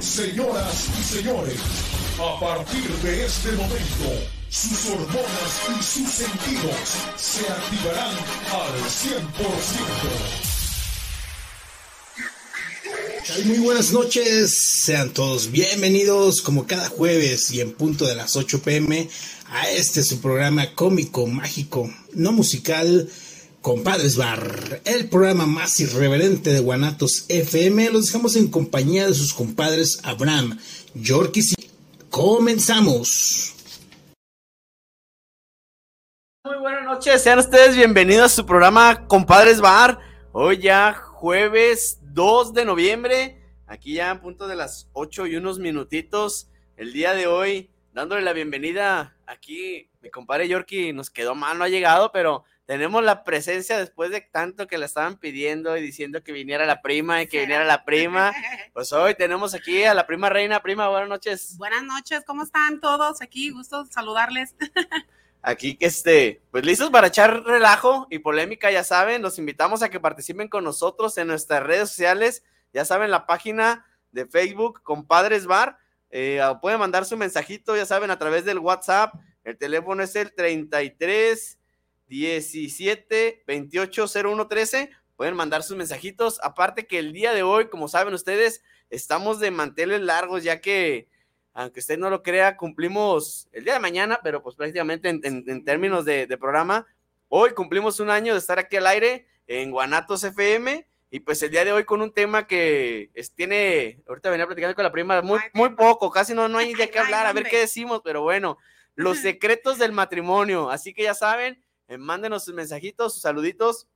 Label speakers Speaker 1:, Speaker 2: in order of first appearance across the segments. Speaker 1: Señoras y señores, a partir de este momento, sus hormonas y sus sentidos se activarán al 100%.
Speaker 2: Muy buenas noches, sean todos bienvenidos como cada jueves y en punto de las 8 pm a este su programa cómico, mágico, no musical, Compadres Bar, el programa más irreverente de Guanatos FM. Los dejamos en compañía de sus compadres Abraham, Yorkis y... Comenzamos.
Speaker 3: Muy buenas noches, sean ustedes bienvenidos a su programa Compadres Bar. Hoy ya jueves 2 de noviembre, aquí ya a punto de las 8 y unos minutitos. El día de hoy, dándole la bienvenida aquí, mi compadre Yorkie nos quedó mal, no ha llegado, pero tenemos la presencia después de tanto que la estaban pidiendo y diciendo que viniera la prima y que viniera la prima. Pues hoy tenemos aquí a la prima reina. Prima, buenas noches.
Speaker 4: Buenas noches, ¿cómo están todos aquí? Gusto saludarles.
Speaker 3: Aquí que esté, pues listos para echar relajo y polémica, ya saben, los invitamos a que participen con nosotros en nuestras redes sociales, ya saben, la página de Facebook, Compadres Bar, eh, pueden mandar su mensajito, ya saben, a través del WhatsApp, el teléfono es el 33 17 28 01 13. Pueden mandar sus mensajitos. Aparte que el día de hoy, como saben ustedes, estamos de manteles largos, ya que, aunque usted no lo crea, cumplimos el día de mañana, pero pues prácticamente en, en, en términos de, de, programa, hoy cumplimos un año de estar aquí al aire en Guanatos FM. Y pues el día de hoy con un tema que es, tiene, ahorita venía platicando con la prima, muy, muy poco, casi no, no hay de qué hablar, a ver qué decimos, pero bueno, los secretos del matrimonio. Así que ya saben, eh, mándenos sus mensajitos, sus saluditos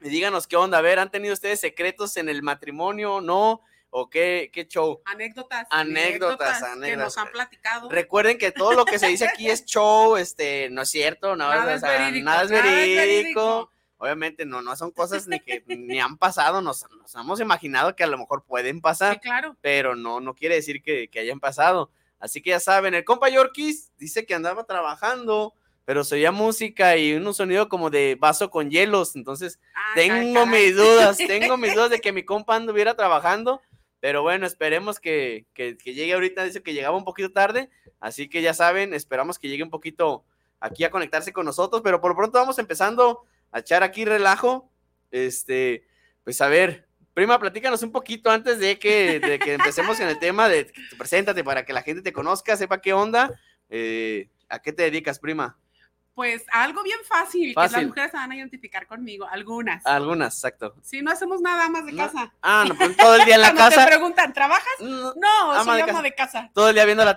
Speaker 3: y díganos qué onda. A ver, ¿han tenido ustedes secretos en el matrimonio? ¿No? ¿O qué, qué show?
Speaker 4: Anécdotas.
Speaker 3: Anécdotas, anécdotas.
Speaker 4: Que nos han platicado.
Speaker 3: Recuerden que todo lo que se dice aquí es show, este, no es cierto, no,
Speaker 4: nada, o sea, es, verídico,
Speaker 3: nada es verídico. Nada es verídico. Obviamente no, no son cosas ni que ni han pasado, nos, nos, hemos imaginado que a lo mejor pueden pasar,
Speaker 4: sí, claro.
Speaker 3: pero no, no quiere decir que, que hayan pasado. Así que ya saben, el compa Yorkis dice que andaba trabajando, pero se oía música y un sonido como de vaso con hielos. Entonces, ah, tengo caray. mis dudas, tengo mis dudas de que mi compa anduviera trabajando. Pero bueno, esperemos que, que, que, llegue ahorita. Dice que llegaba un poquito tarde. Así que ya saben, esperamos que llegue un poquito aquí a conectarse con nosotros. Pero por pronto vamos empezando a echar aquí relajo. Este, pues a ver, Prima, platícanos un poquito antes de que, de que empecemos en el tema de preséntate para que la gente te conozca, sepa qué onda. Eh, ¿A qué te dedicas, prima?
Speaker 4: Pues algo bien fácil, fácil, que las mujeres se van a identificar conmigo, algunas.
Speaker 3: Algunas, exacto.
Speaker 4: Sí, no hacemos nada más de
Speaker 3: Ah. no.
Speaker 4: casa.
Speaker 3: Ah, no, pues todo el día en la casa. Mm, Ah,
Speaker 4: te preguntan, ¿trabajas? No, no soy de ama casa. de casa.
Speaker 3: Todo el día viendo la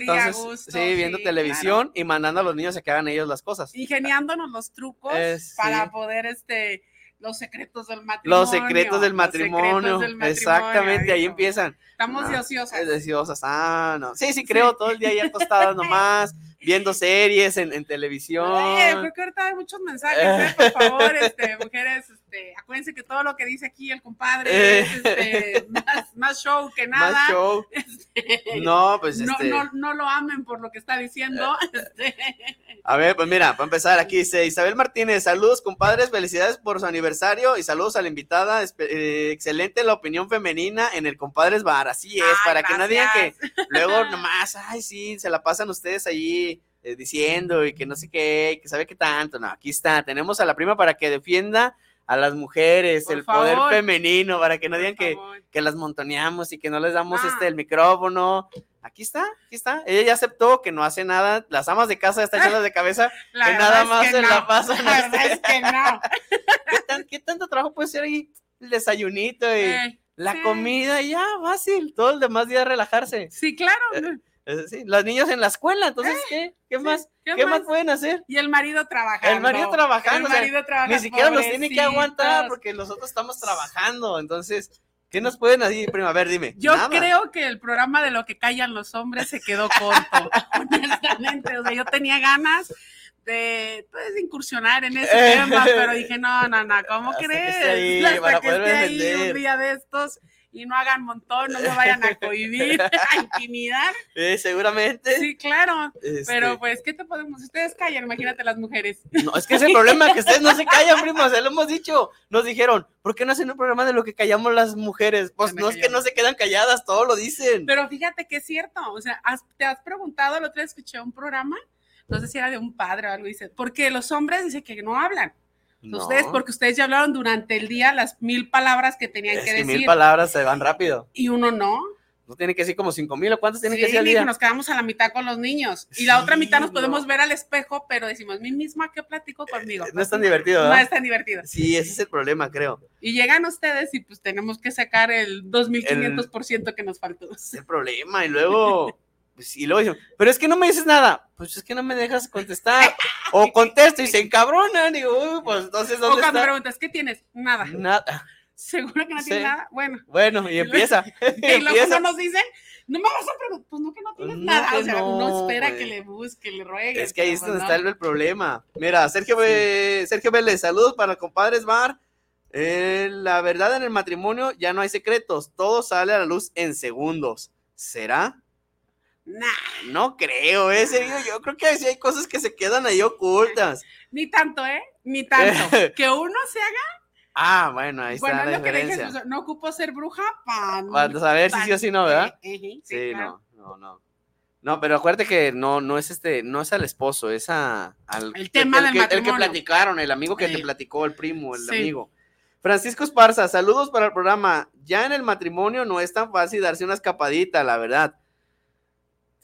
Speaker 4: todo el día
Speaker 3: entonces.
Speaker 4: Gusto,
Speaker 3: sí, viendo
Speaker 4: sí,
Speaker 3: televisión
Speaker 4: claro.
Speaker 3: y mandando a los niños a que hagan ellos las cosas.
Speaker 4: Ingeniándonos los trucos es, para sí. poder este los secretos del matrimonio.
Speaker 3: Eh, Los secretos del matrimonio. Secretos del matrimonio. Exactamente, ahí empiezan.
Speaker 4: Estamos de ociosas.
Speaker 3: Es ociosas. Ah, no. Sí, sí, creo, sí. todo el día ya acostadas nomás, viendo series en, en televisión.
Speaker 4: Oye, creo que ahorita hay muchos mensajes, ¿eh? por favor, este, mujeres, este, acuérdense que todo lo que dice aquí el compadre es este, más, más, show que nada.
Speaker 3: Más show. Este, Eh, no, pues
Speaker 4: no, no, no, lo amen por lo que está diciendo. este.
Speaker 3: A ver, pues mira, para empezar, aquí dice Isabel Martínez, saludos compadres, felicidades por su aniversario y saludos a la invitada. Eh, excelente la opinión femenina en el Compadres Bar. Así es, ay, para gracias. que no digan que luego nomás, ay, sí, se la pasan ustedes allí eh, diciendo y que no sé qué, y que sabe qué tanto. No, aquí está. Tenemos a la prima para que defienda a las mujeres, Por el favor. poder femenino, para que no digan que, que, las montoneamos y que no les damos ah. este el micrófono. Aquí está, aquí está. Ella ya aceptó que no hace nada. Las amas de casa están llenas de cabeza,
Speaker 4: la
Speaker 3: que nada más
Speaker 4: es que
Speaker 3: se
Speaker 4: no.
Speaker 3: la pasan. este.
Speaker 4: La verdad es que no.
Speaker 3: ¿Qué, tan, ¿Qué, tanto trabajo puede ser ahí? El
Speaker 4: Ah,
Speaker 3: desayunito y eh, la eh. comida, y ya, fácil. Todo el demás día relajarse.
Speaker 4: Sí, claro. Eh,
Speaker 3: Es decir, los niños en la escuela, entonces, ¿qué? ¿Qué más?
Speaker 4: Ah, ¿Qué
Speaker 3: ¿Qué
Speaker 4: más?
Speaker 3: más pueden hacer?
Speaker 4: Y el marido trabajando.
Speaker 3: El marido trabajando,
Speaker 4: El
Speaker 3: o sea,
Speaker 4: marido trabajando.
Speaker 3: Ni siquiera los tiene que aguantar
Speaker 4: pobrecitos.
Speaker 3: porque nosotros estamos trabajando. Entonces, ¿qué nos pueden decir, prima? A ver, dime.
Speaker 4: Yo
Speaker 3: Nada.
Speaker 4: creo que el programa de lo que callan los hombres se quedó corto, honestamente. O sea, yo tenía ganas de pues, incursionar en ese
Speaker 3: Eh.
Speaker 4: tema, pero dije, no, no, no, ¿cómo
Speaker 3: Hasta que
Speaker 4: crees?
Speaker 3: esté ahí,
Speaker 4: Hasta
Speaker 3: para
Speaker 4: que
Speaker 3: poder
Speaker 4: esté ahí
Speaker 3: vender.
Speaker 4: un día de estos y no hagan montón, no me vayan a cohibir, a intimidar.
Speaker 3: Eh, seguramente.
Speaker 4: Sí, claro.
Speaker 3: este,
Speaker 4: Pero pues, ¿qué te podemos? Ustedes callan, imagínate las mujeres.
Speaker 3: No, es que es el problema, que ustedes no se callan, primo, se lo hemos dicho. Nos dijeron, ¿por qué no hacen un programa de lo que callamos las mujeres? Pues
Speaker 4: Ya me
Speaker 3: no es que
Speaker 4: callé.
Speaker 3: no se quedan calladas, todo lo dicen.
Speaker 4: Pero fíjate que es cierto, o sea, has- te has preguntado, el otro día escuché un programa, no sé si era de un padre o algo, dice, porque los hombres dicen que no hablan.
Speaker 3: No,
Speaker 4: Ustedes, porque ustedes ya hablaron durante el día las mil palabras que tenían
Speaker 3: es
Speaker 4: que
Speaker 3: que mil
Speaker 4: decir.
Speaker 3: palabras se van rápido.
Speaker 4: y uno no.
Speaker 3: No tiene que decir como cinco mil o cuántos tienen que
Speaker 4: Sí,
Speaker 3: decir al
Speaker 4: dijo,
Speaker 3: día.
Speaker 4: nos quedamos a la mitad con los niños. Y la otra
Speaker 3: Sí,
Speaker 4: mitad nos
Speaker 3: no.
Speaker 4: podemos ver al espejo, pero decimos, mi misma, ¿qué platico conmigo?
Speaker 3: Eh,
Speaker 4: Pues,
Speaker 3: No es tan divertido,
Speaker 4: No
Speaker 3: ¿verdad?
Speaker 4: es tan divertido.
Speaker 3: Sí, ese es el problema, creo.
Speaker 4: Y llegan ustedes y pues tenemos que sacar el 2500% que nos faltó.
Speaker 3: Es el problema. Y luego, pues, y luego dicen, pero es que no me dices nada. Pues es que no me dejas contestar. O contesto y se encabronan. Y digo, uy, pues entonces,
Speaker 4: O
Speaker 3: ¿dónde
Speaker 4: cuando
Speaker 3: está?
Speaker 4: preguntas, ¿qué tienes? Nada.
Speaker 3: Nada.
Speaker 4: Seguro que no
Speaker 3: Sí.
Speaker 4: tienes nada. Bueno.
Speaker 3: Bueno, y
Speaker 4: luego-
Speaker 3: empieza.
Speaker 4: Y luego
Speaker 3: empieza.
Speaker 4: cuando nos dicen, no me vas a preguntar, pues no que no tienes
Speaker 3: No,
Speaker 4: nada. O
Speaker 3: que
Speaker 4: sea, uno
Speaker 3: no,
Speaker 4: espera
Speaker 3: güey.
Speaker 4: que le busque, le ruegue.
Speaker 3: Es que ahí es
Speaker 4: pero, pues,
Speaker 3: donde
Speaker 4: no.
Speaker 3: está el, el problema. Mira, Sergio, Ve- Sergio Vélez, saludos para compadres Bar. Eh, la verdad en el matrimonio ya no hay secretos, todo sale a la luz en segundos. ¿Será?
Speaker 4: Nah.
Speaker 3: No creo, ¿eh? Sergio? Yo creo que sí hay cosas que se quedan ahí ocultas.
Speaker 4: Ni tanto, ¿eh? Ni tanto. que uno se haga.
Speaker 3: Ah, bueno, ahí
Speaker 4: bueno,
Speaker 3: está
Speaker 4: es
Speaker 3: la
Speaker 4: lo que le dije,
Speaker 3: diferencia.
Speaker 4: pues, no ocupo ser bruja para.
Speaker 3: Para saber si sí o si no, ¿verdad?
Speaker 4: Sí,
Speaker 3: Sí,
Speaker 4: claro.
Speaker 3: no, no, no. No, pero acuérdate que no, no es este, no es al esposo, es a, al
Speaker 4: El tema del
Speaker 3: que, el que
Speaker 4: matrimonio.
Speaker 3: platicaron, el amigo que
Speaker 4: Sí.
Speaker 3: te platicó, el primo, el
Speaker 4: Sí.
Speaker 3: amigo. Francisco Esparza, saludos para el programa. Ya en el matrimonio no es tan fácil darse una escapadita, la verdad.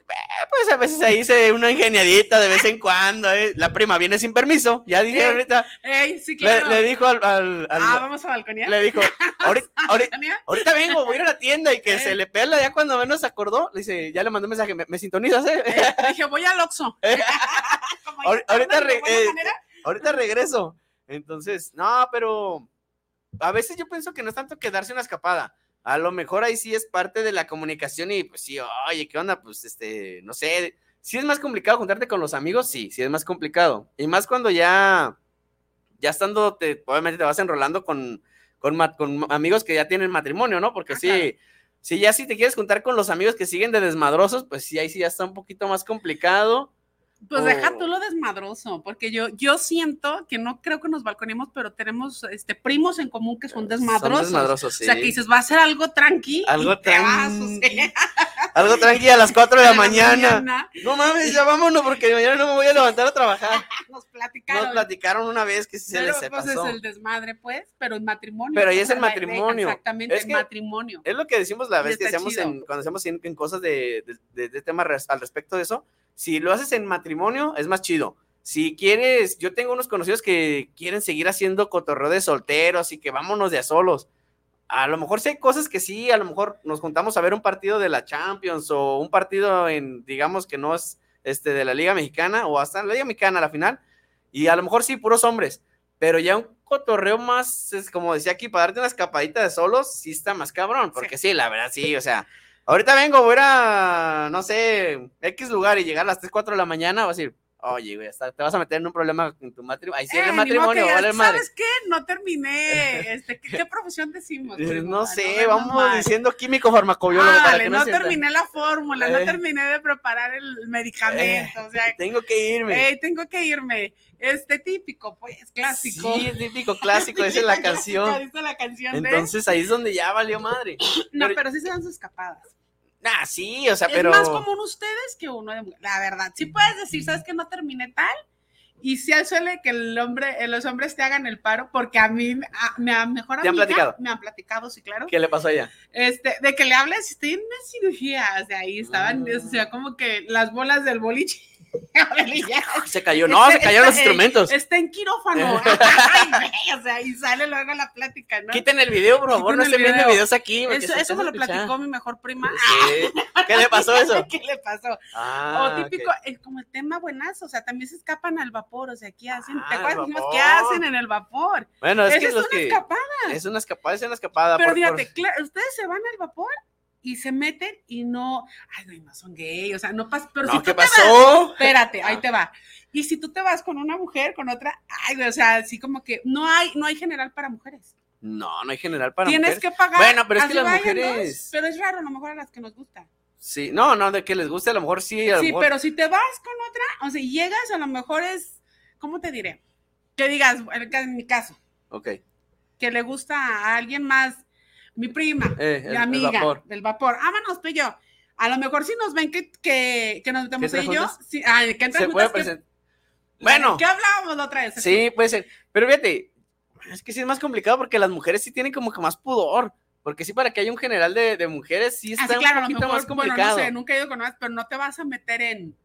Speaker 3: Eh, Pues a veces ahí se una ingeniadita de vez en cuando. eh. La prima viene sin permiso. Ya dije
Speaker 4: Eh,
Speaker 3: ahorita.
Speaker 4: Ey, sí,
Speaker 3: Le,
Speaker 4: claro.
Speaker 3: le dijo al. al- al-
Speaker 4: ah, vamos a balconear.
Speaker 3: le dijo. "Ahorita- ahorita,
Speaker 4: Balconear.
Speaker 3: Ahorita vengo, voy a ir a la tienda y que
Speaker 4: Eh.
Speaker 3: se le pela ya cuando menos se acordó. Le dice, ya le mandé un mensaje, me, me sintonizas, eh?
Speaker 4: Le dije, voy al Oxxo.
Speaker 3: Eh.
Speaker 4: Como
Speaker 3: Ahor-
Speaker 4: yo,
Speaker 3: ahorita
Speaker 4: de
Speaker 3: re-
Speaker 4: buena
Speaker 3: eh,
Speaker 4: manera.
Speaker 3: Ahorita regreso. Entonces, no, pero a veces yo pienso que no es tanto que darse una escapada. A lo mejor ahí sí es parte de la comunicación y pues sí, oye, ¿qué onda? Pues este, no sé. Si es más complicado juntarte con los amigos, sí, sí es más complicado. Y más cuando ya, ya estando, te, obviamente te vas enrolando con, con, ma- con amigos que ya tienen matrimonio, ¿no? Porque
Speaker 4: Ah,
Speaker 3: sí,
Speaker 4: claro.
Speaker 3: si ya si te quieres juntar con los amigos que siguen de desmadrosos, pues sí, ahí sí ya está un poquito más complicado.
Speaker 4: Pues
Speaker 3: Oh.
Speaker 4: deja tú lo desmadroso, porque yo, yo siento que no creo que nos balconemos, pero tenemos este, primos en común que son desmadrosos.
Speaker 3: Son desmadrosos, sí.
Speaker 4: O sea, que dices, va a ser algo tranqui.
Speaker 3: Algo
Speaker 4: y te vas, o
Speaker 3: tranqui.
Speaker 4: sea,
Speaker 3: Algo tranqui a las 4 de la mañana.
Speaker 4: mañana.
Speaker 3: No mames, ya vámonos porque mañana no me voy a levantar a trabajar.
Speaker 4: Nos
Speaker 3: Nos
Speaker 4: platicaron.
Speaker 3: platicaron una vez que sí se
Speaker 4: Pero,
Speaker 3: les se
Speaker 4: Ah, pues, es
Speaker 3: pasó.
Speaker 4: el desmadre, pues, pero en matrimonio.
Speaker 3: Pero ahí es
Speaker 4: el
Speaker 3: el matrimonio.
Speaker 4: Exactamente,
Speaker 3: Es
Speaker 4: el
Speaker 3: que- eh,
Speaker 4: matrimonio.
Speaker 3: Es lo que decimos la
Speaker 4: Y
Speaker 3: vez que
Speaker 4: está
Speaker 3: hacíamos
Speaker 4: chido.
Speaker 3: en, cuando hacemos en, en cosas de, de, de- de temas res- al respecto de eso. Si lo haces en matrimonio, es más chido. Si quieres, yo tengo unos conocidos que quieren seguir haciendo cotorreo de solteros y que vámonos de a solos. A lo mejor sí hay cosas que sí, a lo mejor nos juntamos a ver un partido de la Champions o un partido en, digamos, que no es este, de la Liga Mexicana o hasta la Liga Mexicana a la final. Y a lo mejor sí, puros hombres. Pero ya un cotorreo más, es como decía aquí, para darte una escapadita de solos, sí está más cabrón. Porque sí, la verdad, sí, o sea, ahorita vengo, voy a ir a, no sé, X lugar y llegar a las 3, 4 de la mañana, vas a decir, oye, güey, hasta te vas a meter en un problema con tu matrimonio. Ahí sí,
Speaker 4: Eh,
Speaker 3: el
Speaker 4: ni modo que
Speaker 3: matrimonio,
Speaker 4: digas,
Speaker 3: vale madre.
Speaker 4: ¿Sabes qué? No terminé. Este, ¿qué, qué profesión decimos? primo?
Speaker 3: Eh, No
Speaker 4: Ah,
Speaker 3: sé,
Speaker 4: veas
Speaker 3: vamos
Speaker 4: mal.
Speaker 3: diciendo químico farmacobiólogo para
Speaker 4: Ándale,
Speaker 3: que no,
Speaker 4: no
Speaker 3: sienta.
Speaker 4: terminé la fórmula,
Speaker 3: Eh.
Speaker 4: no terminé de preparar el medicamento. o sea,
Speaker 3: Tengo que irme.
Speaker 4: "Ey, tengo que irme. Este típico, pues, clásico.
Speaker 3: Sí, es típico clásico, esa es la canción.
Speaker 4: Dice la canción de-
Speaker 3: Entonces ahí es donde ya valió madre.
Speaker 4: No,
Speaker 3: pero-
Speaker 4: pero sí se dan sus escapadas.
Speaker 3: Nah, sí, o sea,
Speaker 4: es
Speaker 3: pero.
Speaker 4: más común ustedes que uno de mujer, la verdad. Sí puedes decir, ¿sabes que no terminé tal? Y sí suele que el hombre, eh, los hombres te hagan el paro, porque a mí, a- me han mejor
Speaker 3: ¿Te han
Speaker 4: amiga,
Speaker 3: platicado?
Speaker 4: Me han platicado, sí, claro.
Speaker 3: ¿Qué le pasó allá?
Speaker 4: Este, de que le hablas, estoy en una cirugía, o sea, ahí estaban,
Speaker 3: Ah.
Speaker 4: o sea, como que las bolas del boliche. Amelia.
Speaker 3: Se cayó, no, se
Speaker 4: Este-
Speaker 3: cayeron los
Speaker 4: este-
Speaker 3: instrumentos.
Speaker 4: Está en quirófano. Ay, güey, o sea, y sale luego la plática, ¿no?
Speaker 3: Quiten el video, por favor,
Speaker 4: Quiten
Speaker 3: no
Speaker 4: el
Speaker 3: estén viendo
Speaker 4: video.
Speaker 3: videos aquí. porque
Speaker 4: Eso,
Speaker 3: se
Speaker 4: eso me
Speaker 3: alcanza
Speaker 4: lo
Speaker 3: a escuchar.
Speaker 4: platicó mi mejor prima.
Speaker 3: Sí. ¿Qué le pasó eso?
Speaker 4: ¿Qué le pasó?
Speaker 3: Ah,
Speaker 4: o
Speaker 3: ok.
Speaker 4: típico, eh, como el tema buenazo, o sea, también se escapan al vapor, o sea, ¿qué hacen?
Speaker 3: Ah,
Speaker 4: ¿Te
Speaker 3: el
Speaker 4: acuerdas? Dijimos, ¿Qué
Speaker 3: vapor.
Speaker 4: hacen en el vapor?
Speaker 3: Bueno, es
Speaker 4: Esa
Speaker 3: que
Speaker 4: es
Speaker 3: los
Speaker 4: una
Speaker 3: que.
Speaker 4: escapada.
Speaker 3: Es una escapada, es una escapada.
Speaker 4: Pero
Speaker 3: por- por-
Speaker 4: fíjate, claro, ustedes se van al vapor y se meten y no, ay, no, y no son gay, o sea, no pasa, pero
Speaker 3: No,
Speaker 4: si tú
Speaker 3: ¿qué
Speaker 4: te vas-
Speaker 3: pasó? Ah.
Speaker 4: espérate, ahí te va. Y si tú te vas con una mujer, con otra, ay, güey, o sea, así como que no hay, no hay general para mujeres.
Speaker 3: No, no hay general para
Speaker 4: Tienes
Speaker 3: mujeres.
Speaker 4: que pagar.
Speaker 3: Bueno, pero es que
Speaker 4: así
Speaker 3: las
Speaker 4: vayan
Speaker 3: mujeres-
Speaker 4: dos, pero es raro, a lo mejor a las que nos gusta.
Speaker 3: Sí, no, no, de que les guste, a lo mejor sí. A lo
Speaker 4: Sí,
Speaker 3: mejor-
Speaker 4: pero si te vas con otra, o sea, y llegas, a lo mejor es, ¿cómo te diré? Que digas, en ca- en mi caso,
Speaker 3: Ok. eh,
Speaker 4: que le gusta a alguien más, mi prima,
Speaker 3: Eh, el-
Speaker 4: mi
Speaker 3: el
Speaker 4: amiga,
Speaker 3: vapor.
Speaker 4: del vapor, vámonos tú y yo. A lo mejor si nos ven que, que, que nos metemos
Speaker 3: ¿Que
Speaker 4: ella y yo,
Speaker 3: entran juntas?
Speaker 4: sí, ay, que entran
Speaker 3: Se puede
Speaker 4: juntas, que-
Speaker 3: presentar. Bueno,
Speaker 4: ¿Qué hablábamos la otra vez?
Speaker 3: sí, puede ser. Pero fíjate, es que sí es más complicado porque las mujeres sí tienen como que más pudor. Porque sí, para que haya un general de, de mujeres, sí está
Speaker 4: Así, Ah, claro,
Speaker 3: un
Speaker 4: a lo
Speaker 3: poquito
Speaker 4: mejor,
Speaker 3: más complicado.
Speaker 4: bueno, no sé, nunca he ido con más, pero no te vas a meter en,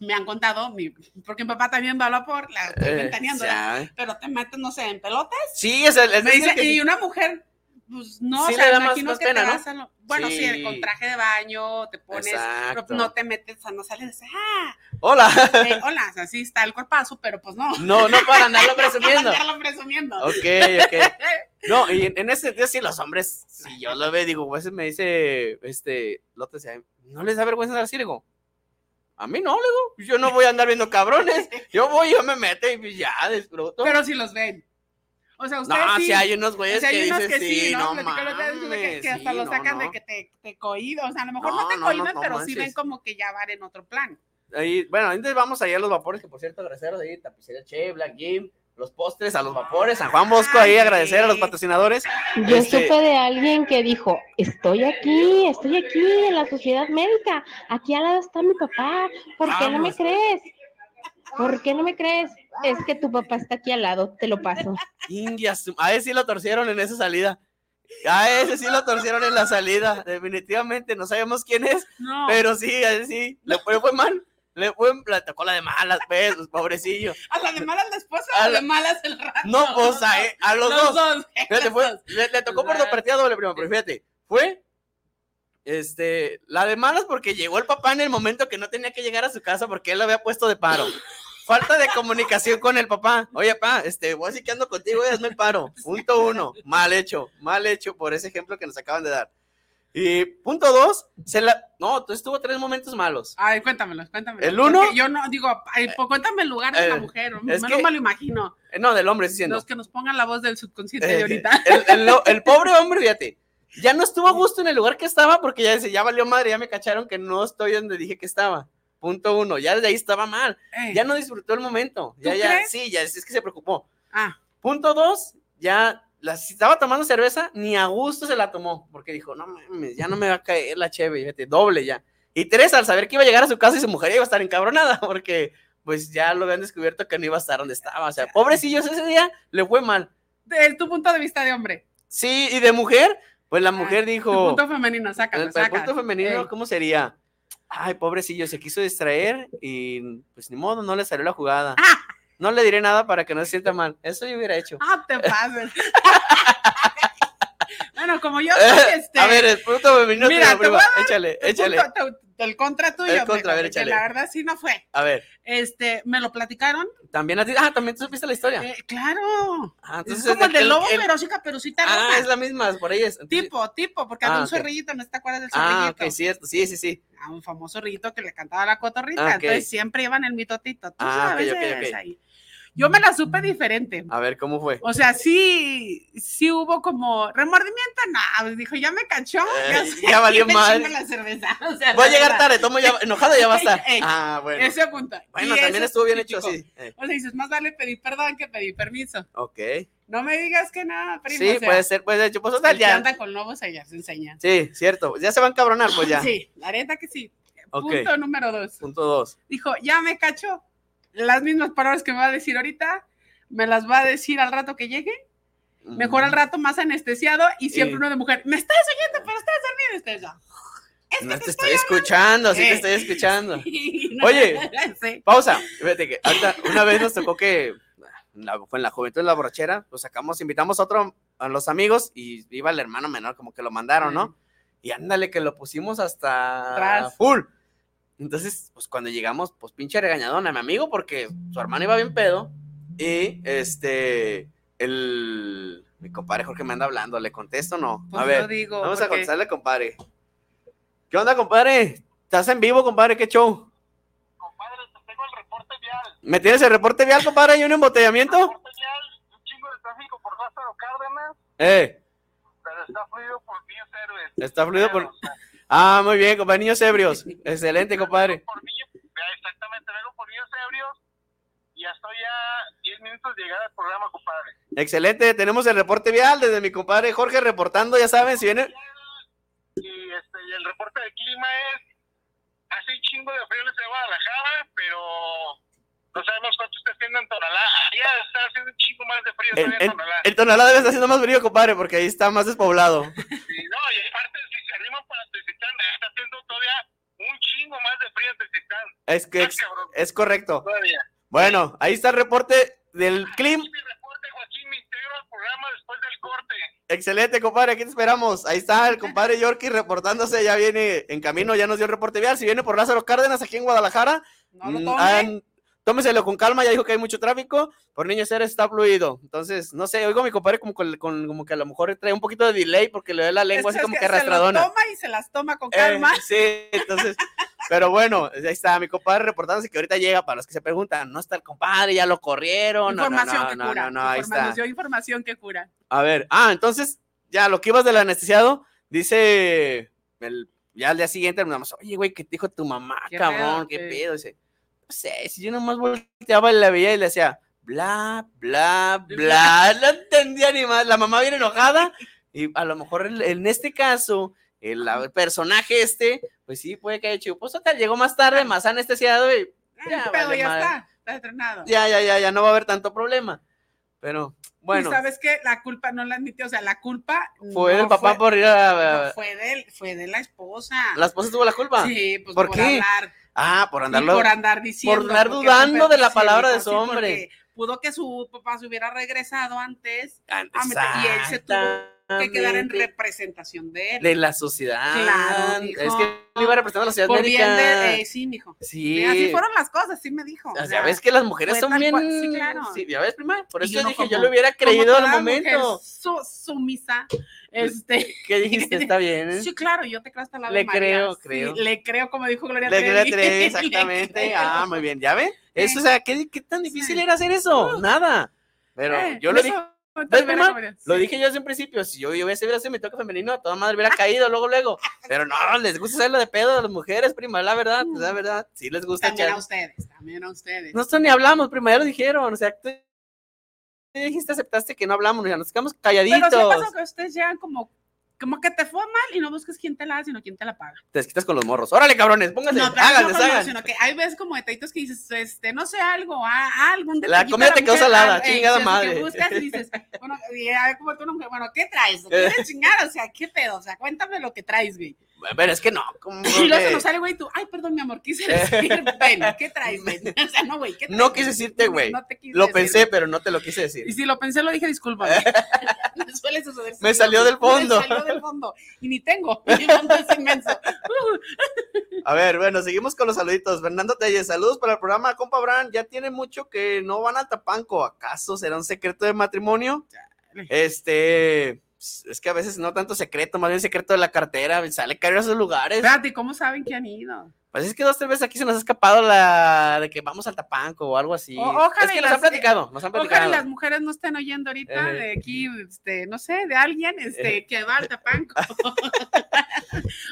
Speaker 4: me han contado, mi- porque mi papá también va a vapor, la estoy
Speaker 3: Eh,
Speaker 4: ventaneando, ¿verdad?
Speaker 3: ya.
Speaker 4: pero te metes, no sé, en pelota.
Speaker 3: Sí, es el. Pues Es
Speaker 4: Me
Speaker 3: decir
Speaker 4: dice,
Speaker 3: que sí.
Speaker 4: y una mujer, pues no,
Speaker 3: Sí
Speaker 4: o
Speaker 3: le
Speaker 4: sea,
Speaker 3: da más-
Speaker 4: imagino
Speaker 3: más
Speaker 4: que
Speaker 3: pena,
Speaker 4: te
Speaker 3: ¿no?
Speaker 4: vas a lo- Bueno, sí,
Speaker 3: Sí.
Speaker 4: con traje de baño, te pones,
Speaker 3: Exacto.
Speaker 4: no, no te metes, o sea, no sales, ah,
Speaker 3: Hola.
Speaker 4: eh, hola, o sea, sí está el cuerpazo, pero pues no,
Speaker 3: No, no para andarlo presumiendo.
Speaker 4: para andarlo presumiendo.
Speaker 3: Ok, ok. No, y en, en ese sentido, sí, los hombres, si yo lo veo, digo, a veces me dice, este, Lote, ¿sí? ¿no les da vergüenza andar así? Le Digo, a mí no, le digo, yo no voy a andar viendo cabrones, yo voy, yo me meto y pues ya, disfruto.
Speaker 4: Pero si los ven. O sea, ustedes
Speaker 3: no,
Speaker 4: sí.
Speaker 3: si hay unos güeyes
Speaker 4: O sea,
Speaker 3: que
Speaker 4: hay unos
Speaker 3: dicen,
Speaker 4: que sí, ¿no?
Speaker 3: no
Speaker 4: Platicaba la otra vez que- que,
Speaker 3: mames,
Speaker 4: que hasta
Speaker 3: sí,
Speaker 4: lo
Speaker 3: no,
Speaker 4: sacan de
Speaker 3: no".
Speaker 4: que te, te cohiben. O sea, a lo mejor no,
Speaker 3: No,
Speaker 4: te
Speaker 3: no, no,
Speaker 4: cohiben,
Speaker 3: no
Speaker 4: pero sí ven
Speaker 3: manches.
Speaker 4: como que ya van en otro plan.
Speaker 3: Ahí, bueno, entonces vamos allá a los vapores, que por cierto, agradecer ahí, tapicería Che, Black Jim, los postres, a los vapores, San Juan Bosco, ahí
Speaker 4: Ay.
Speaker 3: agradecer a los patrocinadores.
Speaker 5: Yo
Speaker 3: Este-
Speaker 5: supe de alguien que dijo, estoy aquí, estoy aquí en la sociedad médica, aquí al lado está mi papá, ¿por qué no me
Speaker 3: Vamos.
Speaker 5: crees? ¿Por qué no me crees? Es que tu papá está aquí al lado, te lo paso.
Speaker 3: Indias, a ese sí lo torcieron en esa salida. A ese sí lo torcieron en la salida. Definitivamente no sabemos quién es,
Speaker 4: No.
Speaker 3: pero sí, a ese sí. Le fue, fue mal. Le fue, le tocó la de malas, pues, pues, pobrecillo.
Speaker 4: A la de malas la esposa,
Speaker 3: A
Speaker 4: a la
Speaker 3: la-
Speaker 4: de malas el rato.
Speaker 3: No, o sea, eh, a los, dos. Fíjate,
Speaker 4: Los
Speaker 3: fue-
Speaker 4: dos.
Speaker 3: le, le tocó por dos partidas doble, prima, pero fíjate, fue este, la de malas porque llegó el papá en el momento que no tenía que llegar a su casa porque él lo había puesto de paro. Falta de comunicación con el papá. Oye, papá, este, voy así que ando contigo y hazme el paro. Punto uno, mal hecho, mal hecho por ese ejemplo que nos acaban de dar. Y punto dos, se la... No, entonces tuvo tres momentos malos.
Speaker 4: Ay, cuéntamelo, cuéntamelo.
Speaker 3: El uno-
Speaker 4: Porque Yo no, digo, ay, pues, cuéntame el lugar de la
Speaker 3: eh,
Speaker 4: mujer. No
Speaker 3: es que-
Speaker 4: me lo imagino.
Speaker 3: Eh, No, del hombre, diciendo.
Speaker 4: Los que nos pongan la voz del subconsciente
Speaker 3: Eh,
Speaker 4: de ahorita.
Speaker 3: El, el lo- el pobre hombre, fíjate, ya no estuvo a gusto en el lugar que estaba porque ya dice, ya valió madre, ya me cacharon que no estoy donde dije que estaba. Punto uno, ya desde ahí estaba mal,
Speaker 4: Eh,
Speaker 3: ya no disfrutó el momento, ya,
Speaker 4: ¿Tú
Speaker 3: ya,
Speaker 4: crees?
Speaker 3: sí, ya es es que se preocupó.
Speaker 4: Ah,
Speaker 3: Punto dos, ya la, si estaba tomando cerveza, ni a gusto se la tomó porque dijo, no mames, ya no me va a caer la cheve, fíjate, doble ya. Y tres, al saber que iba a llegar a su casa y su mujer iba a estar encabronada porque pues ya lo habían descubierto que no iba a estar donde estaba. O sea, pobrecillos ese día le fue mal.
Speaker 4: de tu punto de vista de hombre.
Speaker 3: Sí, y de mujer, pues la mujer
Speaker 4: Tu
Speaker 3: dijo,
Speaker 4: punto femenino,
Speaker 3: el,
Speaker 4: sácalo,
Speaker 3: el
Speaker 4: sácalo.
Speaker 3: punto femenino,
Speaker 4: Eh.
Speaker 3: ¿cómo sería? Ay, pobrecillo, se quiso distraer y pues ni modo, no le salió la jugada.
Speaker 4: Ah.
Speaker 3: No le diré nada para que no se sienta mal. Eso yo hubiera hecho.
Speaker 4: Ah, te pases. bueno, como yo soy este.
Speaker 3: Eh, a ver, el punto femenino,
Speaker 4: mira,
Speaker 3: te lo
Speaker 4: te
Speaker 3: prueba.
Speaker 4: voy
Speaker 3: échale,
Speaker 4: tu
Speaker 3: échale.
Speaker 4: punto- tu- del contra tuyo.
Speaker 3: El
Speaker 4: me-
Speaker 3: contra, a ver,
Speaker 4: porque
Speaker 3: échale.
Speaker 4: La verdad sí no fue.
Speaker 3: A ver,
Speaker 4: Este, me lo platicaron.
Speaker 3: también a ti, ah, también tú supiste la historia.
Speaker 4: Eh, claro.
Speaker 3: Ah,
Speaker 4: Es
Speaker 3: entonces
Speaker 4: como el del
Speaker 3: el-
Speaker 4: lobo,
Speaker 3: el-
Speaker 4: pero sí caperucita
Speaker 3: Ah,
Speaker 4: roja.
Speaker 3: es la misma, por ahí es. entonces-
Speaker 4: Tipo, tipo, porque
Speaker 3: Ah,
Speaker 4: había un
Speaker 3: ok.
Speaker 4: zorrillito, ¿no te acuerdas del
Speaker 3: ah,
Speaker 4: zorrillito?
Speaker 3: ok, cierto, sí, sí, sí.
Speaker 4: A un famoso zorrillito que le cantaba la cotorrita.
Speaker 3: Ah, ok.
Speaker 4: Entonces siempre iban el mitotito. Tú
Speaker 3: Ah,
Speaker 4: sabes,
Speaker 3: ok, ok, ok. Mm. Ah,
Speaker 4: es ahí. Yo me la supe diferente.
Speaker 3: A ver, ¿cómo fue?
Speaker 4: O sea, sí, sí hubo como remordimiento, no, dijo, ya me cachó,
Speaker 3: Eh, ya valió
Speaker 4: me
Speaker 3: madre.
Speaker 4: chingo la cerveza. O sea,
Speaker 3: Voy a
Speaker 4: la
Speaker 3: llegar
Speaker 4: verdad,
Speaker 3: tarde, tomo ya, enojado ya va a estar.
Speaker 4: Ey,
Speaker 3: Ah, bueno.
Speaker 4: Ese punto.
Speaker 3: Bueno,
Speaker 4: Y
Speaker 3: también
Speaker 4: eso
Speaker 3: estuvo bien
Speaker 4: sí,
Speaker 3: hecho
Speaker 4: chico.
Speaker 3: así. Eh,
Speaker 4: O sea, dices, más vale pedir perdón que pedir permiso.
Speaker 3: ok.
Speaker 4: No me digas que nada, primo.
Speaker 3: sí,
Speaker 4: o sea,
Speaker 3: puede ser, puede ser. Yo, Pues, o sea,
Speaker 4: el que
Speaker 3: ya.
Speaker 4: anda con lobos allá se enseña.
Speaker 3: Sí, cierto. Ya se van a cabronar, pues ya.
Speaker 4: Sí, la neta que sí.
Speaker 3: Ok.
Speaker 4: Punto número dos.
Speaker 3: Punto dos.
Speaker 4: Dijo, ya me cachó. Las mismas palabras que me va a decir ahorita, me las va a decir al rato que llegue. Mejor al rato más anestesiado y siempre
Speaker 3: Eh.
Speaker 4: uno de mujer. Me estás oyendo, pero estás dormido. Estás ya. Es
Speaker 3: Mm, No
Speaker 4: que
Speaker 3: te estoy escuchando, sí te
Speaker 4: Eh.
Speaker 3: estoy escuchando.
Speaker 4: estoy-
Speaker 3: Oye.
Speaker 4: la sé.
Speaker 3: Pausa. Fíjate que ahorita una vez nos tocó que la- fue en la juventud de la borrachera, lo sacamos, invitamos a otro, a los amigos y iba el hermano menor, como que lo mandaron, ¿no? Y ándale, que lo pusimos hasta
Speaker 4: Atrás.
Speaker 3: full. Entonces, pues cuando llegamos, pues pinche regañadona, mi amigo, porque su hermano iba bien pedo y este, el, mi compadre Jorge me anda hablando, ¿le contesto o no?
Speaker 4: Pues
Speaker 3: A
Speaker 4: yo
Speaker 3: ver,
Speaker 4: digo,
Speaker 3: vamos a
Speaker 4: porque-
Speaker 3: contestarle, compadre. ¿Qué onda, compadre? ¿Estás en vivo, compadre? ¿Qué show?
Speaker 6: Compadre, te tengo el reporte vial.
Speaker 3: ¿Me tienes el reporte vial, compadre? ¿Hay un embotellamiento?
Speaker 6: Reporte vial, un chingo de tráfico por Lázaro Cárdenas,
Speaker 3: Eh,
Speaker 6: pero está fluido por niños héroes.
Speaker 3: está fluido por... Ah, muy bien, compadre. Niños ebrios. Excelente, compadre.
Speaker 6: Por niños, vea, exactamente, vengo por niños ebrios y ya estoy a 10 minutos de llegar al programa, compadre.
Speaker 3: Excelente. Tenemos el reporte vial desde mi compadre Jorge reportando. Ya saben, si viene...
Speaker 6: Y, este, y el reporte del clima es, hace un chingo de frío en la ciudad de Guadalajara, pero no sabemos cuánto está haciendo en Tonalá. Ya está haciendo un chingo más de frío
Speaker 3: El,
Speaker 6: todavía en
Speaker 3: el,
Speaker 6: Tonalá.
Speaker 3: el tonalá debe estar haciendo más frío, compadre, porque ahí está más despoblado.
Speaker 6: Sí, no, y aparte, si se arriman para Tezistán, está haciendo todavía un chingo más de frío en Tezistán.
Speaker 3: Es que
Speaker 6: Más
Speaker 3: es,
Speaker 6: cabrón,
Speaker 3: es correcto.
Speaker 6: todavía.
Speaker 3: Bueno, ahí está el reporte
Speaker 6: Y
Speaker 3: del CLIM.
Speaker 6: mi reporte, Joaquín, me integro al programa después del corte.
Speaker 3: Excelente, compadre. Aquí te esperamos. Ahí está el compadre Yorkie reportándose. Ya viene en camino, ya nos dio el reporte vial. Si viene por Lázaro Cárdenas aquí en Guadalajara,
Speaker 4: No lo
Speaker 3: Mm,
Speaker 4: tome.
Speaker 3: ah, tómeselo con calma, ya dijo que hay mucho tráfico, por niños seres está fluido. Entonces, no sé, oigo a mi compadre como, con- con- como que a lo mejor trae un poquito de delay porque le da la lengua
Speaker 4: Es
Speaker 3: así como que,
Speaker 4: se lo
Speaker 3: arrastradona.
Speaker 4: toma y se las toma con
Speaker 3: Eh,
Speaker 4: calma.
Speaker 3: sí, entonces, pero bueno, ahí está mi compadre reportándose que ahorita llega para los que se preguntan, no está el compadre, ya lo corrieron. No, no,
Speaker 4: información
Speaker 3: no,
Speaker 4: que
Speaker 3: no,
Speaker 4: cura.
Speaker 3: no, no, ahí
Speaker 4: Informa-
Speaker 3: está.
Speaker 4: Nos dio información que cura.
Speaker 3: A ver, ah, entonces, ya lo que ibas del anestesiado, dice el, ya al día siguiente, me mandamos, oye, güey, ¿qué te dijo tu mamá,
Speaker 4: ¿Qué
Speaker 3: cabrón?
Speaker 4: pedo?
Speaker 3: ¿Qué
Speaker 4: Sí.
Speaker 3: pedo? Dice, no sé, si yo nomás volteaba y la veía y le hacía, bla, bla, bla, no entendía ni más. La mamá viene enojada y a lo mejor el- en este caso, el, el personaje este, pues sí, puede que haya hecho, pues total, llegó más tarde, más anestesiado y Ya
Speaker 4: Ya,
Speaker 3: vale
Speaker 4: Eh, ya
Speaker 3: madre.
Speaker 4: está, está entrenado.
Speaker 3: ya, ya, ya, ya no va a haber tanto problema. Pero, bueno,
Speaker 4: Y sabes que la culpa no la admitió, o sea, la culpa
Speaker 3: fue
Speaker 4: no
Speaker 3: el papá por ir a...
Speaker 4: no fue de él, fue de la esposa.
Speaker 3: ¿La esposa tuvo la culpa?
Speaker 4: Sí, pues
Speaker 3: ¿Por
Speaker 4: por,
Speaker 3: qué?
Speaker 4: hablar,
Speaker 3: Ah, por
Speaker 4: y
Speaker 3: andarlo.
Speaker 4: por andar diciendo,
Speaker 3: por andar
Speaker 4: porque
Speaker 3: dudando
Speaker 4: fue
Speaker 3: de la
Speaker 4: perjudicial,
Speaker 3: palabra de
Speaker 4: sí,
Speaker 3: su
Speaker 4: porque
Speaker 3: hombre.
Speaker 4: Pudo que su papá se hubiera regresado antes
Speaker 3: Ah,
Speaker 4: Ah, y él se tuvo que quedar en
Speaker 3: exactamente.
Speaker 4: representación de él.
Speaker 3: De la sociedad.
Speaker 4: Claro, dijo.
Speaker 3: Es que él iba a representar a la sociedad
Speaker 4: por bien
Speaker 3: médica.
Speaker 4: de, eh, sí, mijo.
Speaker 3: sí.
Speaker 4: Así fueron las cosas, sí me dijo.
Speaker 3: O sea,
Speaker 4: O sea,
Speaker 3: ves que las mujeres
Speaker 4: fue
Speaker 3: son
Speaker 4: tal
Speaker 3: bien.
Speaker 4: cual, sí, claro.
Speaker 3: Sí, ya ves, prima. Por
Speaker 4: Y
Speaker 3: eso yo
Speaker 4: uno
Speaker 3: dije, yo
Speaker 4: como-
Speaker 3: lo hubiera
Speaker 4: como
Speaker 3: creído al
Speaker 4: toda mujer
Speaker 3: momento.
Speaker 4: su- sumisa, este,
Speaker 3: ¿Qué dijiste? Está bien. ¿eh?
Speaker 4: sí, claro, yo te creo hasta la Ave
Speaker 3: Le
Speaker 4: María,
Speaker 3: creo,
Speaker 4: sí,
Speaker 3: creo.
Speaker 4: le creo, como dijo Gloria
Speaker 3: Le
Speaker 4: Trevi.
Speaker 3: creí a tres,
Speaker 4: Le
Speaker 3: exactamente.
Speaker 4: creo.
Speaker 3: Ah, muy bien. ¿Ya ven? Eso, o sea, ¿qué, qué tan difícil
Speaker 4: Sí.
Speaker 3: era hacer eso? Nada. Pero
Speaker 4: Eh,
Speaker 3: yo lo
Speaker 4: en
Speaker 3: dije.
Speaker 4: ese momento
Speaker 3: ¿Ves,
Speaker 4: me
Speaker 3: prima?
Speaker 4: hubiera-
Speaker 3: Lo
Speaker 4: sí.
Speaker 3: dije yo desde un principio, si yo, yo hubiese sido mi toque femenino, a toda madre hubiera caído luego, luego. Pero no, les gusta hacerlo de pedo a las mujeres, prima, la verdad, la verdad. Sí les gusta
Speaker 4: Mm. También a
Speaker 3: echar.
Speaker 4: ustedes, también a ustedes.
Speaker 3: Nosotros ni hablamos, prima, ya lo dijeron. O sea, tú tú dijiste, aceptaste que no hablamos, ya nos quedamos
Speaker 4: Pero sí
Speaker 3: calladitos.
Speaker 4: pasa que ustedes llegan como, como que te fue mal y no busques quién te la hace, sino quién te la paga.
Speaker 3: Te desquitas con los morros. Órale, cabrones, pónganse,
Speaker 4: No, pero
Speaker 3: háganles,
Speaker 4: no, no, no,
Speaker 3: hagan.
Speaker 4: sino que hay veces como detallitos que dices, este, no sé, algo, ah, algún detallito. a
Speaker 3: comida te quedó
Speaker 4: mujer,
Speaker 3: salada,
Speaker 4: algo, eh,
Speaker 3: chingada
Speaker 4: o sea,
Speaker 3: madre.
Speaker 4: Que buscas y dices, bueno, y a ver, como tú, una mujer, bueno, ¿qué traes? ¿Te ¿Quieres chingar? O sea, ¿qué pedo? O sea, cuéntame lo que traes, güey.
Speaker 3: Pero es que no, como
Speaker 4: Y luego se
Speaker 3: que-
Speaker 4: nos sale, güey, tú, ay, perdón, mi amor, quise decir, ven, ¿qué traes, güey? O sea, no, güey, ¿qué traes?
Speaker 3: No quise decirte, güey.
Speaker 4: te quise
Speaker 3: lo
Speaker 4: decir,
Speaker 3: pensé,
Speaker 4: güey.
Speaker 3: pero no te lo quise
Speaker 4: Y
Speaker 3: decir.
Speaker 4: si lo pensé, lo dije, discúlpame. Suele suceder.
Speaker 3: Me salió del fondo.
Speaker 4: Me salió del fondo. Y ni tengo. Mi fondo es inmenso.
Speaker 3: A ver, bueno, seguimos con los saluditos. Fernando Telles, saludos para el programa, compa Bran. Ya tiene mucho que no van a Tapanco. ¿Acaso será un secreto de matrimonio? Este, es que a veces no tanto secreto, más bien secreto de la cartera. Sale caro a sus lugares.
Speaker 4: Espérate, ¿cómo saben que han ido?
Speaker 3: Pues es que dos, tres veces aquí se nos ha escapado la de que vamos al Tapanco o algo así.
Speaker 4: O- ojalá
Speaker 3: es que
Speaker 4: y
Speaker 3: nos han
Speaker 4: las-
Speaker 3: platicado, nos han
Speaker 4: Ojalá
Speaker 3: platicado.
Speaker 4: y las mujeres no estén oyendo ahorita
Speaker 3: Eh.
Speaker 4: de aquí, este, no sé, de alguien este, que va al tapanco.
Speaker 3: Ah,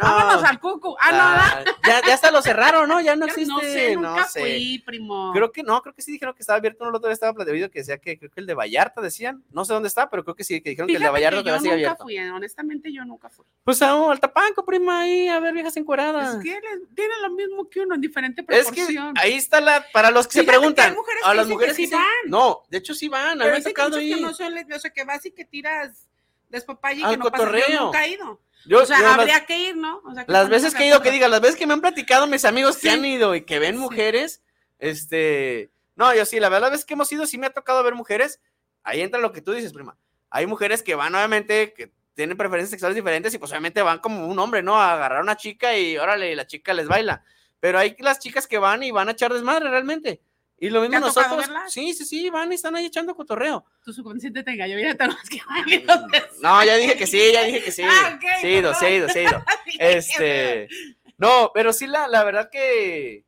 Speaker 3: No,
Speaker 4: Vámonos al cucu. Ah, no, ¿verdad?
Speaker 3: ah, ya, ya hasta lo cerraron, ¿no? Ya no
Speaker 4: Yo
Speaker 3: existe.
Speaker 4: no sé,
Speaker 3: no
Speaker 4: nunca
Speaker 3: sé.
Speaker 4: fui, primo.
Speaker 3: Creo que no, creo que sí dijeron que estaba abierto. No, el otro día estaba platicando que decía que creo que el de Vallarta decían. No sé dónde está, pero creo que sí, que dijeron que el de
Speaker 4: Fíjate
Speaker 3: Vallarta
Speaker 4: que
Speaker 3: te
Speaker 4: yo
Speaker 3: va a seguir
Speaker 4: nunca
Speaker 3: abierto.
Speaker 4: fui, honestamente yo nunca fui.
Speaker 3: Pues aún al tapanco, prima, ahí, a ver, viejas encueradas.
Speaker 4: Es que les- tienen lo mismo que uno en diferente
Speaker 3: Ah. Es que,
Speaker 4: proporción.
Speaker 3: ahí está la. Para los que se
Speaker 4: Fíjate que hay
Speaker 3: preguntan.
Speaker 4: mujeres
Speaker 3: a
Speaker 4: que
Speaker 3: las
Speaker 4: dicen que
Speaker 3: mujeres
Speaker 4: sí
Speaker 3: dicen-
Speaker 4: van.
Speaker 3: No, de hecho sí van. A mí
Speaker 4: Pero
Speaker 3: me ha
Speaker 4: dicen que
Speaker 3: tocado
Speaker 4: muchos que
Speaker 3: ir.
Speaker 4: no son les- o sea, que vas y que tiras despapalle y
Speaker 3: Al
Speaker 4: que no pasa. Yo
Speaker 3: cotorreo.
Speaker 4: nunca he ido.
Speaker 3: Yo,
Speaker 4: o sea,
Speaker 3: yo las-
Speaker 4: habría que ir, ¿no? O sea,
Speaker 3: las
Speaker 4: estamos
Speaker 3: veces
Speaker 4: de
Speaker 3: que he ido, que
Speaker 4: acuerdo.
Speaker 3: diga, las veces que me han platicado mis amigos que
Speaker 4: Sí.
Speaker 3: han ido y que ven
Speaker 4: Sí.
Speaker 3: mujeres, este, no, yo sí, la verdad, las veces que hemos ido, sí me ha tocado ver mujeres, ahí entra lo que tú dices, prima. Hay mujeres que van, obviamente, que tienen preferencias sexuales diferentes y pues obviamente van como un hombre, ¿no? A agarrar a una chica y órale, la chica les baila. Pero hay las chicas que van y van a echar desmadre realmente. Y lo mismo
Speaker 4: ha tocado
Speaker 3: nosotros.
Speaker 4: verlas?
Speaker 3: Sí, sí, sí, van y están ahí echando cotorreo.
Speaker 4: Tu subconsciente te engañó, ya tenemos que ir a donde
Speaker 3: Mm, No,
Speaker 4: sea.
Speaker 3: ya dije que sí, ya dije que sí.
Speaker 4: Ah, ok,
Speaker 3: sí, he ido, sí, he ido, sí, he ido. Este. No, pero sí, la, la verdad que.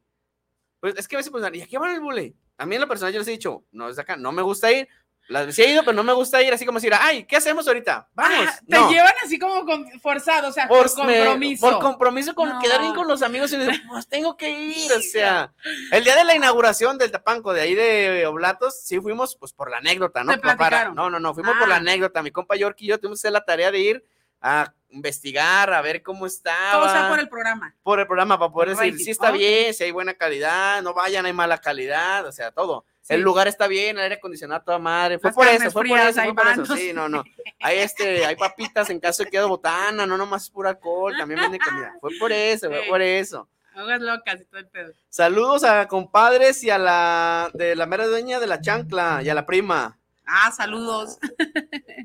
Speaker 3: Pues es que a veces pues, ¿y a qué van el bule? A mí en lo personal yo les he dicho, no, es de acá, no me gusta ir. Las, sí he ido, pero no me gusta ir así como decir, ay, ¿qué hacemos ahorita? Vamos.
Speaker 4: Ah, te
Speaker 3: no.
Speaker 4: llevan así como con- forzado, o sea, por,
Speaker 3: Por, me-
Speaker 4: compromiso.
Speaker 3: por compromiso con
Speaker 4: No.
Speaker 3: quedar bien con los amigos y decir, pues tengo que ir, o sea, el día de la inauguración del Tapanco de ahí de Oblatos, sí fuimos pues por la anécdota, ¿no?
Speaker 4: Te
Speaker 3: Pa- Para,
Speaker 4: platicaron.
Speaker 3: no, no, no, fuimos por la
Speaker 4: Ah.
Speaker 3: anécdota, mi compa York y yo tuvimos que hacer la tarea de ir a investigar, a ver cómo está
Speaker 4: o sea, por el programa.
Speaker 3: por el programa para poder
Speaker 4: Por
Speaker 3: decir
Speaker 4: rating,
Speaker 3: si está
Speaker 4: ¿no?
Speaker 3: bien, si hay buena calidad, no vayan, hay mala calidad, o sea, todo.
Speaker 4: Sí.
Speaker 3: El lugar está bien, el aire acondicionado, toda madre. Fue
Speaker 4: Las
Speaker 3: por eso,
Speaker 4: carnes
Speaker 3: fue por
Speaker 4: frías,
Speaker 3: eso,
Speaker 4: hay
Speaker 3: fue por eso.
Speaker 4: bandos.
Speaker 3: Sí, no, no. Hay, este, hay papitas en caso de quede botana, no nomás es puro alcohol, también venden comida. Fue por eso, fue
Speaker 4: Sí.
Speaker 3: por eso.
Speaker 4: Hagas locas y todo el pedo.
Speaker 3: Saludos a compadres y a la de la mera dueña de la chancla y a la prima.
Speaker 4: Ah, saludos.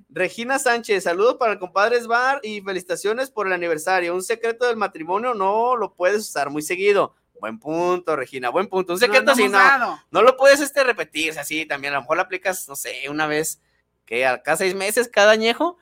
Speaker 3: Regina Sánchez, saludos para el compadres Bar y felicitaciones por el aniversario. Un secreto del matrimonio no lo puedes usar muy seguido. Buen punto, Regina, buen punto. Un secreto
Speaker 4: No, no
Speaker 3: sí,
Speaker 4: hemos
Speaker 3: no,
Speaker 4: dado.
Speaker 3: no lo puedes este, repetir, o sea, sí, también a lo mejor lo aplicas, no sé, una vez que a cada seis meses, cada añejo.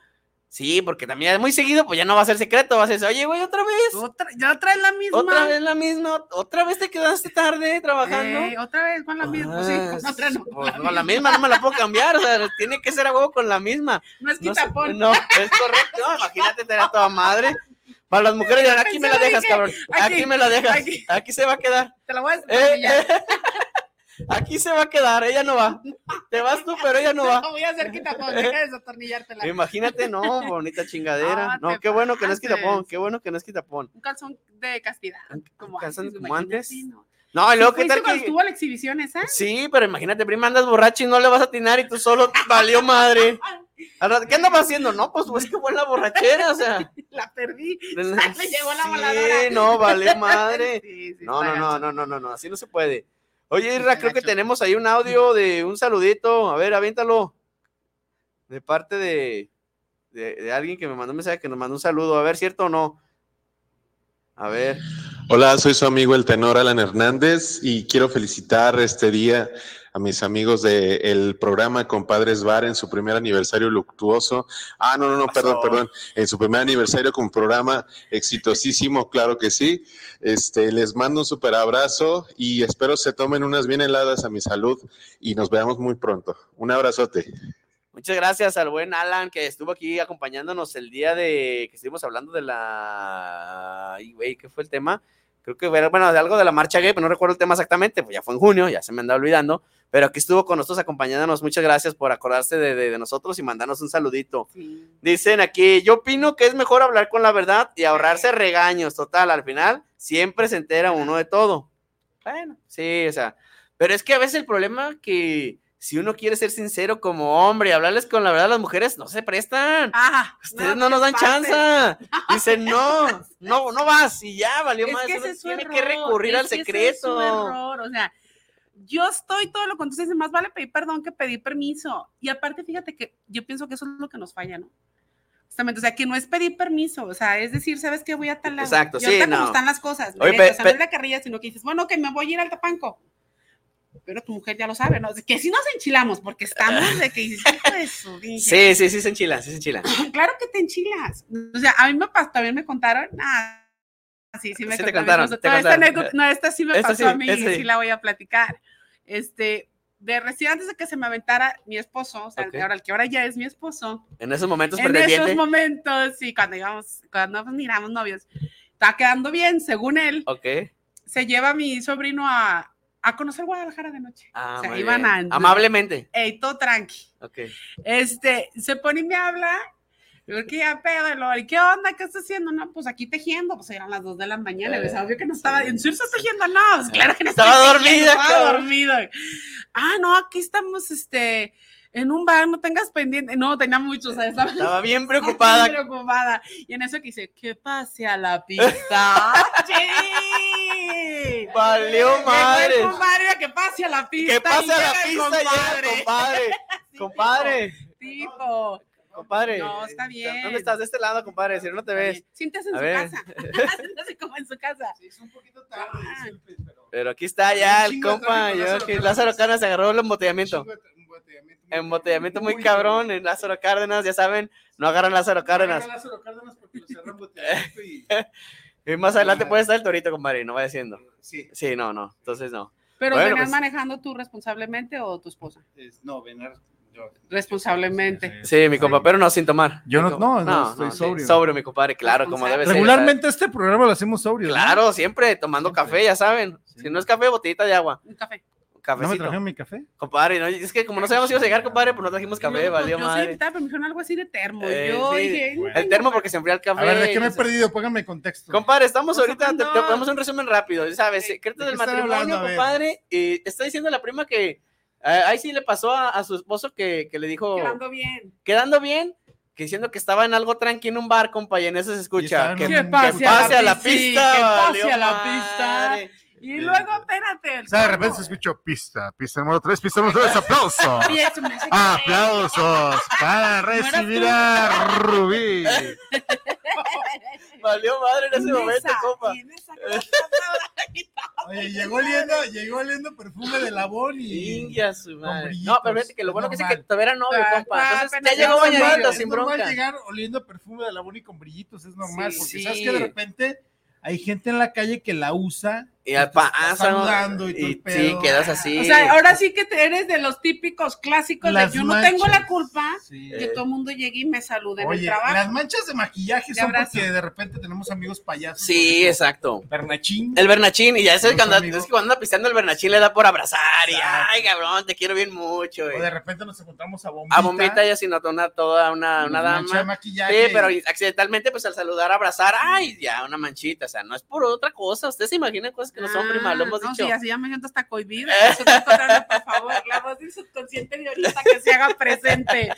Speaker 3: Sí, porque también muy seguido, pues ya no va a ser secreto, va a ser, oye, güey, otra vez,
Speaker 4: Otra, ya traes la misma.
Speaker 3: otra vez la misma, otra vez te quedaste tarde trabajando.
Speaker 4: Eh, otra vez con la misma. Pues sí,
Speaker 3: Ah,
Speaker 4: con otra no.
Speaker 3: pues,
Speaker 4: con la
Speaker 3: con
Speaker 4: misma.
Speaker 3: la misma no me la puedo cambiar, o sea, tiene que ser a huevo con la misma.
Speaker 4: No es
Speaker 3: No, sé,
Speaker 4: quitapón.
Speaker 3: no, es correcto. no, imagínate tener a toda madre. Para las mujeres, dirán, aquí me la
Speaker 4: Pensaba,
Speaker 3: dejas,
Speaker 4: dije,
Speaker 3: cabrón. Aquí,
Speaker 4: aquí,
Speaker 3: me la dejas. Aquí.
Speaker 4: aquí.
Speaker 3: se va a quedar.
Speaker 4: Te la voy a decir.
Speaker 3: Eh, eh, aquí se va a quedar. Ella no va. Te vas tú, pero ella no va.
Speaker 4: voy a hacer quitapón.
Speaker 3: Eh.
Speaker 4: Deja de desatornillártela.
Speaker 3: Imagínate, no, bonita chingadera.
Speaker 4: Ah,
Speaker 3: no,
Speaker 4: te
Speaker 3: qué bueno que no es
Speaker 4: pases.
Speaker 3: quitapón. Qué bueno que no es quitapón.
Speaker 4: Un calzón de castidad. Como
Speaker 3: calzón
Speaker 4: antes.
Speaker 3: como
Speaker 4: imagínate,
Speaker 3: antes.
Speaker 4: ¿no?
Speaker 3: No, y
Speaker 4: ¿Sí
Speaker 3: luego, ¿qué
Speaker 4: fuiste
Speaker 3: tal
Speaker 4: cuando
Speaker 3: que.?
Speaker 4: estuvo la exhibición esa?
Speaker 3: Sí, pero imagínate, prima, andas borracho y no le vas a atinar y tú solo valió madre. Al rato, ¿Qué andabas haciendo? No, pues, pues que fue en la borrachera, o sea.
Speaker 4: La perdí.
Speaker 3: Le
Speaker 4: llegó Ah, la voladora.
Speaker 3: no, valió madre.
Speaker 4: Sí, sí,
Speaker 3: No,
Speaker 4: está
Speaker 3: no, no,
Speaker 4: gacho.
Speaker 3: no, no, no, no, así no se puede. Oye,
Speaker 4: Está
Speaker 3: Irra, creo que
Speaker 4: gacho.
Speaker 3: tenemos ahí un audio de un saludito. A ver, aviéntalo. De parte de, de, de alguien que me mandó un mensaje que nos mandó un saludo. A ver, ¿cierto o no? A ver.
Speaker 7: Hola, soy su amigo el tenor Alan Hernández y quiero felicitar este día a mis amigos del programa Compadres Bar en su primer aniversario luctuoso. Ah, no, no, no, perdón,
Speaker 3: Pasó.
Speaker 7: perdón. En su primer aniversario con programa exitosísimo, claro que sí. Este, les mando un super abrazo y espero se tomen unas bien heladas a mi salud y nos veamos muy pronto. Un abrazote.
Speaker 3: Muchas gracias al buen Alan que estuvo aquí acompañándonos el día de que estuvimos hablando de la. Ay, güey, ¿qué fue el tema? Creo que era, bueno, de algo de la marcha gay, pero no recuerdo el tema exactamente, pues ya fue en junio, ya se me anda olvidando, pero aquí estuvo con nosotros acompañándonos. Muchas gracias por acordarse de, de- de nosotros y mandarnos un saludito.
Speaker 4: Sí.
Speaker 3: Dicen aquí, yo opino que es mejor hablar con la verdad y ahorrarse regaños, total, al final siempre se entera uno de todo. Bueno, sí, o sea, pero es que a veces el problema que si uno quiere ser sincero como hombre, hablarles con la verdad, las mujeres no se prestan.
Speaker 4: Ah,
Speaker 3: Ustedes no, nos
Speaker 4: te
Speaker 3: dan
Speaker 4: pases.
Speaker 3: chance. Dicen, no, no, no vas y ya, valió
Speaker 4: Es
Speaker 3: más.
Speaker 4: que ese es su
Speaker 3: tiene
Speaker 4: error,
Speaker 3: que recurrir
Speaker 4: es
Speaker 3: al
Speaker 4: que ese es su
Speaker 3: secreto.
Speaker 4: error, o sea, yo estoy todo lo que tú dices, más vale pedir perdón que pedir permiso. Y aparte, fíjate que yo pienso que eso es lo que nos falla, ¿no? Justamente, o sea, que no es pedir permiso, o sea, es decir, ¿sabes qué? Voy a tal lado.
Speaker 3: Exacto,
Speaker 4: Y ahorita
Speaker 3: sí,
Speaker 4: como
Speaker 3: no.
Speaker 4: están las cosas, la
Speaker 3: Oye,
Speaker 4: neta,
Speaker 3: pe-
Speaker 4: o sea, no
Speaker 3: pe-
Speaker 4: es la carrilla, sino que dices, bueno, que me voy a ir al Tapanco. Pero tu mujer ya lo sabe, ¿no? Que si nos enchilamos, porque estamos de que dices, "Hijo de su dije".
Speaker 3: Sí, sí, sí, se enchila, sí, se enchila.
Speaker 4: claro que te enchilas. O sea, a mí me pasó, también me contaron. Ah, sí, sí me
Speaker 3: Sí te
Speaker 4: contaron.
Speaker 3: contaron, te
Speaker 4: Toda esta
Speaker 3: contaron.
Speaker 4: anécdota- no, esta sí me
Speaker 3: Esta
Speaker 4: pasó
Speaker 3: sí,
Speaker 4: a mí
Speaker 3: esta
Speaker 4: y
Speaker 3: sí.
Speaker 4: sí la voy a platicar. Este, de recién antes de que se me aventara mi esposo, o sea,
Speaker 3: Ok.
Speaker 4: ahora el que ahora ya es mi esposo,
Speaker 3: En esos momentos
Speaker 4: en esos
Speaker 3: pretendiente.
Speaker 4: momentos, sí, cuando íbamos, cuando pues, miramos novios, está quedando bien, según él,
Speaker 3: Ok.
Speaker 4: se lleva a mi sobrino a, a conocer Guadalajara de noche.
Speaker 3: Ah,
Speaker 4: O sea,
Speaker 3: muy
Speaker 4: iban
Speaker 3: bien.
Speaker 4: a-
Speaker 3: Amablemente.
Speaker 4: Ey, todo tranqui.
Speaker 3: Ok.
Speaker 4: Este, se pone y me habla. Yo que ya pedo, y luego, ¿y ¿qué onda? ¿Qué estás haciendo? No, pues aquí tejiendo. Pues eran las 2 de la mañana.
Speaker 3: Eh,
Speaker 4: Es obvio que no estaba.
Speaker 3: sí,
Speaker 4: ¿En serio estás tejiendo? No, pues, claro que no
Speaker 3: Estaba
Speaker 4: estoy
Speaker 3: dormida,
Speaker 4: tejiendo, Estaba
Speaker 3: cabrón.
Speaker 4: dormido. Ah, no, aquí estamos, este. en un bar, no tengas pendiente. No, tenía muchos, ¿sabes? Estaba
Speaker 3: Estaba bien preocupada.
Speaker 4: preocupada. Y en eso que dice, que pase a la pista. ¡Sí!
Speaker 3: Valió
Speaker 4: Llegó
Speaker 3: madre.
Speaker 4: el compadre, era que pase a la pista.
Speaker 3: Que pase
Speaker 4: y
Speaker 3: a la
Speaker 4: llega el
Speaker 3: pista, llega, compadre. Compadre,
Speaker 4: Tipo,
Speaker 3: compadre.
Speaker 4: No, está bien.
Speaker 3: ¿Dónde estás? De este lado, compadre. Si no, no te ves.
Speaker 4: Siéntese en
Speaker 3: A
Speaker 4: su
Speaker 3: ver.
Speaker 4: casa. Siéntese como en su casa.
Speaker 8: Es un poquito tarde,
Speaker 4: Ah.
Speaker 8: siempre, pero.
Speaker 3: Pero aquí está ya
Speaker 8: Un
Speaker 3: el
Speaker 8: chingo de
Speaker 3: compa.
Speaker 8: tráfico,
Speaker 3: yo
Speaker 8: Lázaro
Speaker 3: que
Speaker 8: Cárdenas.
Speaker 3: Lázaro Cárdenas se agarró el embotellamiento.
Speaker 8: Chingo de- embotellamiento muy-
Speaker 3: Embotellamiento muy cabrón en Lázaro Cárdenas, ya saben. No agarran Lázaro Cárdenas.
Speaker 8: Agarra Lázaro Cárdenas porque lo cerró embotellamiento y.
Speaker 3: Y más adelante
Speaker 8: Ajá.
Speaker 3: puede estar el torito, compadre. No vaya siendo.
Speaker 8: Sí,
Speaker 3: Sí, no, no. Entonces, no.
Speaker 4: Pero
Speaker 3: Bueno,
Speaker 4: venías
Speaker 3: pues-
Speaker 4: manejando tú responsablemente o tu esposa?
Speaker 8: es- no, venar. yo-
Speaker 4: Responsablemente.
Speaker 3: Sí, mi compa, pero no sin tomar.
Speaker 9: Yo no-
Speaker 3: Mi
Speaker 9: no,
Speaker 3: compa-
Speaker 9: no, estoy
Speaker 3: sí,
Speaker 9: sobrio.
Speaker 3: Sobrio, mi compadre, claro, como debe ser.
Speaker 9: Regularmente este programa lo hacemos sobrio. ¿no?
Speaker 3: ¿sabes? Claro, siempre tomando café, ya saben. Si no es café, botellita de agua.
Speaker 4: Un café.
Speaker 3: Un
Speaker 9: ¿No me
Speaker 3: Cafecito.
Speaker 9: trajeron mi café?
Speaker 3: Compadre, no, es que como no sabíamos si íbamos a llegar, compadre, pues no trajimos café,
Speaker 4: No,
Speaker 3: valió
Speaker 4: yo soy
Speaker 3: madre.
Speaker 4: invitada, pero me dijeron algo así de termo.
Speaker 3: Eh,
Speaker 4: yo
Speaker 3: sí.
Speaker 4: dije,
Speaker 9: Bueno.
Speaker 3: El termo porque se enfría el café.
Speaker 9: A ver, ¿de qué
Speaker 3: y
Speaker 9: me he
Speaker 3: no sé.
Speaker 9: perdido? Póngame contexto.
Speaker 3: Compadre, estamos
Speaker 4: Pues,
Speaker 3: ahorita, te,
Speaker 4: no.
Speaker 3: te ponemos un resumen rápido, ya ¿sabes?
Speaker 4: Eh,
Speaker 3: Secretos
Speaker 9: ¿De
Speaker 3: del
Speaker 9: qué están
Speaker 3: matrimonio,
Speaker 9: hablando? A ver.
Speaker 3: compadre. Y está diciendo la prima que eh, ahí sí le pasó a, a su esposo que, que le dijo,
Speaker 4: quedando bien.
Speaker 3: quedando bien, que diciendo que estaba en algo tranqui en un bar, compa, y en eso se escucha.
Speaker 9: estaban
Speaker 3: Que,
Speaker 9: en
Speaker 3: que
Speaker 9: un-
Speaker 3: pase a la
Speaker 4: pi- sí,
Speaker 3: pista.
Speaker 4: que
Speaker 3: valió
Speaker 4: pase a la
Speaker 3: madre.
Speaker 4: pista. Y luego, espérate. el
Speaker 9: O sea, de
Speaker 4: termo.
Speaker 9: repente se escuchó pista, pista número 3, pista número 3, aplausos.
Speaker 4: Y eso me dice que-
Speaker 9: "Ah, Aplausos para
Speaker 4: eras
Speaker 9: recibir
Speaker 4: tú.
Speaker 9: a Rubí.
Speaker 3: Valió madre en ese
Speaker 4: En
Speaker 3: momento,
Speaker 4: esa,
Speaker 3: compa.
Speaker 4: y en esa cosa,
Speaker 9: Oye, llegó oliendo, llegó oliendo perfume de Labón y.
Speaker 3: India, su madre.
Speaker 9: brillitos,
Speaker 3: No, pero fíjate que lo
Speaker 9: es
Speaker 3: bueno que dice que
Speaker 9: normal.
Speaker 3: todavía era novio,
Speaker 4: Ah,
Speaker 3: compa.
Speaker 4: ah,
Speaker 3: Entonces, ya
Speaker 4: apenas
Speaker 3: llegó
Speaker 4: llegaba
Speaker 9: Es normal,
Speaker 3: bañadito,
Speaker 9: es
Speaker 3: sin
Speaker 9: normal
Speaker 3: bronca.
Speaker 9: llegar oliendo perfume de Labón y con brillitos, es normal,
Speaker 4: Sí,
Speaker 9: porque
Speaker 4: sí.
Speaker 9: sabes que de repente hay gente en la calle que la usa.
Speaker 3: Y
Speaker 9: que te
Speaker 3: al
Speaker 9: está
Speaker 3: pasa, ¿no?
Speaker 9: saludando y, todo el
Speaker 3: Y sí,
Speaker 9: pedo.
Speaker 3: quedas así.
Speaker 4: O sea, ahora sí que te eres de los típicos clásicos
Speaker 9: Las
Speaker 4: de yo no tengo la
Speaker 9: manchas.
Speaker 4: culpa
Speaker 9: Sí.
Speaker 4: que todo el mundo llegue y me salude en el
Speaker 9: Oye,
Speaker 4: trabajo.
Speaker 9: las manchas de maquillaje
Speaker 4: De
Speaker 9: son
Speaker 4: abrazo.
Speaker 9: porque de repente tenemos amigos payasos.
Speaker 3: Sí, exacto.
Speaker 9: Bernachín.
Speaker 3: El Bernachín, y ya es, el
Speaker 9: Nuestro
Speaker 3: cuando,
Speaker 9: amigo.
Speaker 3: es que cuando anda pisteando el Bernachín le da por abrazar. Y
Speaker 9: Exacto.
Speaker 3: ay, cabrón, te quiero bien mucho.
Speaker 9: O
Speaker 3: y-
Speaker 9: de repente nos encontramos a Bombita.
Speaker 3: A bombita ya sin atona toda una,
Speaker 9: nos
Speaker 3: una
Speaker 9: mancha de
Speaker 3: dama. Sí,
Speaker 9: maquillaje.
Speaker 3: pero accidentalmente, pues al saludar, abrazar, ay, ya una manchita. O sea, no es por otra cosa. Ustedes se imaginan cosas que no son, prima, lo hemos
Speaker 4: Ah, no,
Speaker 3: dicho.
Speaker 4: Sí, así ya me siento hasta cohibida. Eso no es contrario, por favor, la voz del subconsciente de ahorita que se haga presente.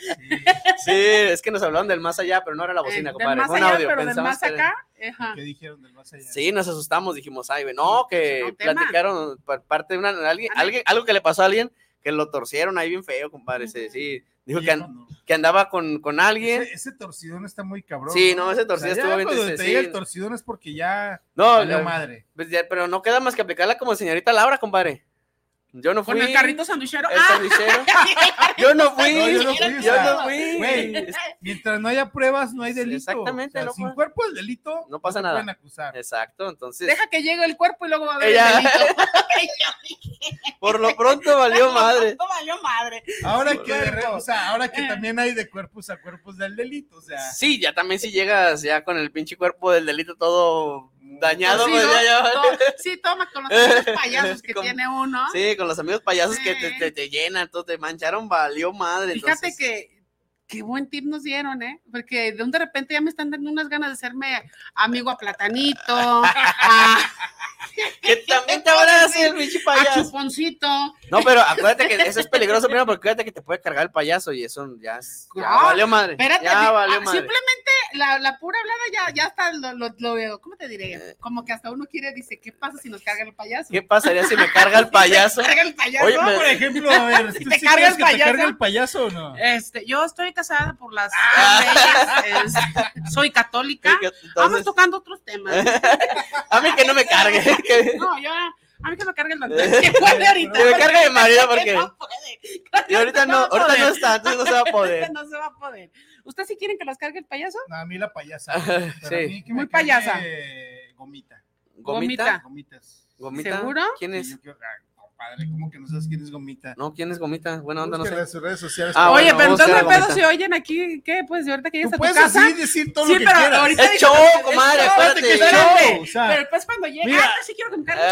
Speaker 3: Sí, es que nos hablaron del más allá, pero no era la bocina,
Speaker 4: Eh, del
Speaker 3: compadre.
Speaker 4: más
Speaker 3: fue un
Speaker 4: allá,
Speaker 3: audio,
Speaker 4: pero del
Speaker 3: pensamos
Speaker 4: más
Speaker 3: que era-
Speaker 4: acá. ajá.
Speaker 9: ¿Qué dijeron del más allá?
Speaker 3: Sí, nos asustamos, dijimos, ay, güey, no, que
Speaker 4: será "Pues, un tema.
Speaker 3: platicaron por parte de una,
Speaker 4: Ándale.
Speaker 3: alguien, alguien, algo que le pasó a alguien, que lo torcieron ahí bien feo, compadre. Sí, sí. dijo que,
Speaker 9: Hijo,
Speaker 3: an-
Speaker 9: no.
Speaker 3: que andaba con, con alguien.
Speaker 9: Ese, ese torcidón está muy cabrón.
Speaker 3: Sí, no, ese torcido
Speaker 9: ya
Speaker 3: estuvo bien
Speaker 9: Cuando
Speaker 3: triste,
Speaker 9: te llega
Speaker 3: sí.
Speaker 9: el torcidón es porque ya.
Speaker 3: No,
Speaker 9: valió
Speaker 3: la-
Speaker 9: madre.
Speaker 3: pues ya, pero no queda más que aplicarla como señorita Laura, compadre. Yo no fui.
Speaker 4: Con el carrito sanduchero.
Speaker 3: el
Speaker 4: ¡Ah!
Speaker 3: sandwichero. Yo no fui.
Speaker 9: No,
Speaker 3: yo
Speaker 9: yo
Speaker 3: no
Speaker 9: no
Speaker 3: fui.
Speaker 9: fui, o sea, güey. Mientras no haya pruebas, no hay delito.
Speaker 3: Exactamente,
Speaker 9: O sea,
Speaker 3: no
Speaker 9: sin
Speaker 3: pasa-
Speaker 9: cuerpo el delito.
Speaker 3: no pasa
Speaker 9: te
Speaker 3: nada. Eh,
Speaker 9: pueden acusar.
Speaker 3: Exacto, entonces.
Speaker 4: Deja que llegue el cuerpo y luego va a haber
Speaker 3: Ella-
Speaker 4: el delito.
Speaker 3: Por lo pronto valió madre.
Speaker 4: No valió madre.
Speaker 9: Ahora que, de re- o sea, ahora
Speaker 4: Eh.
Speaker 9: que también hay de cuerpos a cuerpos del delito. O sea,
Speaker 3: Sí, ya también si llegas ya con el pinche cuerpo del delito todo dañado,
Speaker 4: Sí,
Speaker 3: pues,
Speaker 4: ¿no?
Speaker 3: ya, ya-
Speaker 4: To- sí, toma con los amigos payasos que
Speaker 3: Como-
Speaker 4: tiene uno.
Speaker 3: Sí, con los amigos payasos que te,
Speaker 4: Sí.
Speaker 3: te- te llenan, todo te mancharon, valió madre.
Speaker 4: Fíjate
Speaker 3: entonces.
Speaker 4: que qué buen tip nos dieron, ¿eh? Porque de un de repente ya me están dando unas ganas de hacerme amigo a Platanito, a,
Speaker 3: que también te van a hacer el pinche
Speaker 4: a
Speaker 3: payaso.
Speaker 4: Chuponcito.
Speaker 3: No, pero acuérdate que eso es peligroso primero porque acuérdate que te puede cargar el payaso y eso ya, es- ya
Speaker 4: No,
Speaker 3: valió madre.
Speaker 4: Espérate,
Speaker 3: ya
Speaker 4: sí,
Speaker 3: valió
Speaker 4: ah,
Speaker 3: madre.
Speaker 4: simplemente la, la pura hablada ya, ya está, lo, lo, lo- ¿cómo te diré? Como que hasta uno quiere, dice, ¿qué pasa si nos carga el payaso?
Speaker 3: Eh. ¿Qué pasaría si me carga el payaso?
Speaker 4: carga el payaso?
Speaker 3: Oye, me-
Speaker 9: Ah, por ejemplo, a ver, ¿tú
Speaker 4: te
Speaker 9: sí
Speaker 4: carga
Speaker 9: crees
Speaker 4: el
Speaker 9: que te
Speaker 4: payaso.
Speaker 9: carga el payaso o
Speaker 3: Eh.
Speaker 9: no?
Speaker 4: Este, yo estoy casada por las leyes, es- soy católica. ah, Vamos
Speaker 3: Entonces, Eh.
Speaker 4: tocando otros temas.
Speaker 3: a mí que no me cargue. que-
Speaker 4: No, yo, a mí que me cargue el doctor. Que puede ahorita.
Speaker 3: Eh. Que me cargue de marido,
Speaker 4: porque
Speaker 3: porque-
Speaker 4: no puede.
Speaker 3: Y ahorita no,
Speaker 4: va a
Speaker 3: ahorita no
Speaker 4: poder.
Speaker 3: está, entonces no se va a poder.
Speaker 4: Ahorita no se va a poder. ¿Ustedes sí quieren que los cargue el payaso?
Speaker 9: No, a mí la payasa. Pero a
Speaker 3: Sí.
Speaker 9: mí que
Speaker 4: Muy
Speaker 9: me cargue
Speaker 4: payasa.
Speaker 9: Gomita.
Speaker 3: ¿Gomita?
Speaker 9: Gomitas.
Speaker 3: ¿Gomita?
Speaker 4: ¿Seguro?
Speaker 3: ¿Quién es?
Speaker 9: Yo creo- ay, compadre, ¿cómo que no sabes quién es Gomita?
Speaker 3: No, ¿quién es Gomita? Buena onda, no
Speaker 9: Búsquela
Speaker 3: sé.
Speaker 9: en sus redes sociales.
Speaker 3: Ah,
Speaker 4: Oye, pero
Speaker 3: bueno, vamos a
Speaker 4: entonces
Speaker 3: hacer
Speaker 4: no
Speaker 3: la
Speaker 4: pedo
Speaker 3: gomita.
Speaker 4: si oyen aquí, ¿qué? Pues de ahorita que
Speaker 9: Tú
Speaker 4: llegas a tu
Speaker 9: puedes
Speaker 4: casa.
Speaker 9: así decir todo
Speaker 4: Sí,
Speaker 9: lo que
Speaker 4: pero
Speaker 9: quieras.
Speaker 4: ahorita-
Speaker 3: Es show, comadre,
Speaker 4: show,
Speaker 3: acuérdate.
Speaker 9: que es
Speaker 4: Espérate,
Speaker 9: show, o sea.
Speaker 4: pero después cuando llegue,
Speaker 3: Mira.
Speaker 4: ah, yo sí quiero que me cargue.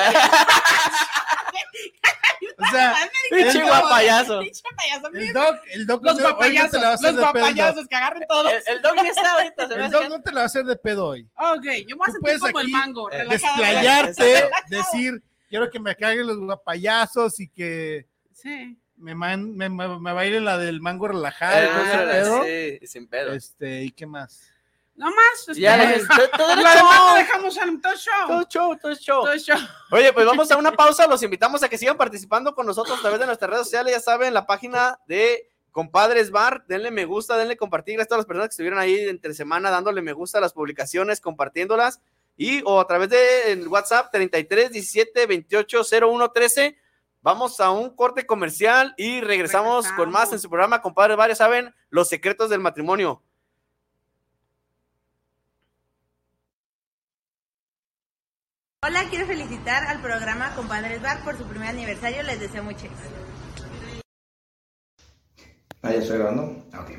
Speaker 9: O sea,
Speaker 3: Pinche guapayazo.
Speaker 4: Pinche payaso,
Speaker 9: el
Speaker 4: mira.
Speaker 9: doc, el doc
Speaker 4: Los
Speaker 9: no- hoy no te
Speaker 4: guapayasos,
Speaker 9: la va a hacer
Speaker 4: los
Speaker 9: de pedo.
Speaker 4: guapayasos, que agarren todo.
Speaker 3: El, el dog ya está ahorita, se me
Speaker 9: El
Speaker 3: hace
Speaker 9: doc
Speaker 3: que-
Speaker 9: no te la va a hacer de pedo hoy.
Speaker 4: Ok, yo me voy a
Speaker 9: Tú
Speaker 4: sentir
Speaker 9: puedes
Speaker 4: como el
Speaker 9: aquí,
Speaker 4: mango,
Speaker 3: eh,
Speaker 4: relajada.
Speaker 9: Desplayarte,
Speaker 4: Relajado.
Speaker 9: decir, quiero que me carguen los guapayazos y que
Speaker 4: Sí.
Speaker 9: me, man- me, me- me baile la del mango relajado. y todo ese pedo.
Speaker 3: Sí, sin Ah, pedo.
Speaker 9: Este, ¿y qué más?
Speaker 4: No más. pues,
Speaker 3: Ya,
Speaker 4: no.
Speaker 3: es- todo- todo
Speaker 4: Lo demás lo
Speaker 3: show.
Speaker 4: dejamos al todo
Speaker 3: Todo
Speaker 4: show.
Speaker 3: show, todo show.
Speaker 4: Todo show.
Speaker 3: Oye, pues vamos a una pausa. Los invitamos a que sigan participando con nosotros a través de nuestras redes sociales. Ya saben, la página de Compadres Bar. Denle me gusta, denle compartir. Gracias a todas las personas que estuvieron ahí entre semana dándole me gusta a las publicaciones, compartiéndolas. Y o a través de el WhatsApp 33 17 28 01 13. Vamos a un corte comercial y regresamos, con más
Speaker 4: Regresamos.
Speaker 3: en su programa Compadres Bar. Ya saben, los secretos del matrimonio.
Speaker 10: Hola, quiero felicitar al programa Compadres Bar por su primer aniversario. Les deseo mucho éxito.
Speaker 11: Ah, ya estoy grabando. Ah, Ok.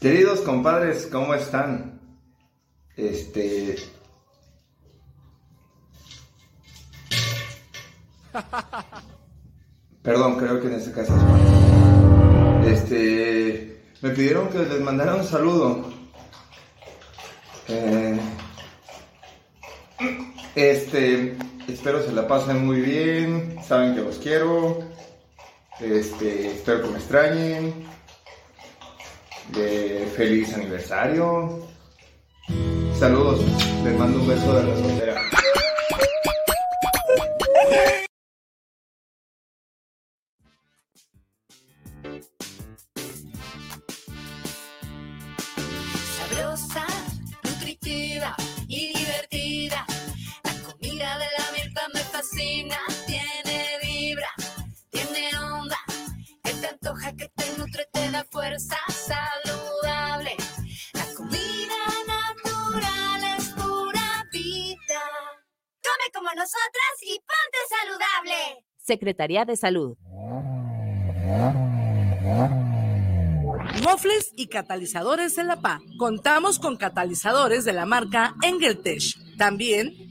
Speaker 11: Queridos compadres, ¿cómo están? Este. Perdón, creo que en este caso. es- Este. Me pidieron que les mandara un saludo. Eh, Este. Espero se la pasen muy bien. Saben que los quiero. Este, espero que me extrañen. De feliz aniversario. Saludos. Les mando un beso de la soltera.
Speaker 10: Sabrosa, nutritiva y divertida. La comida de la milpa me fascina. Tiene vibra, tiene onda. Que te antoja, que te nutre, te da fuerza saludable. La comida natural es pura vida. Come como nosotras y ponte saludable. Secretaría de Salud.
Speaker 12: Mofles y catalizadores de la PA. Contamos con catalizadores de la marca Engeltech. También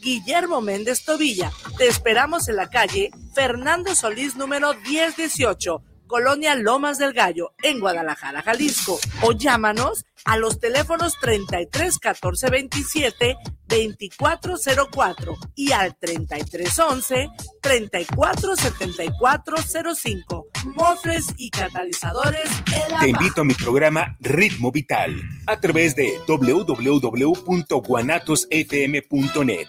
Speaker 12: Guillermo Méndez Tobilla. Te esperamos en la calle Fernando Solís número 1018. Colonia Lomas del Gallo, en Guadalajara, Jalisco. O llámanos a los teléfonos 33 14 27 2404 y al 3311 347405. Mofres y catalizadores en la
Speaker 13: Te
Speaker 12: Paz.
Speaker 13: invito a mi programa Ritmo Vital a través de www.guanatosfm.net.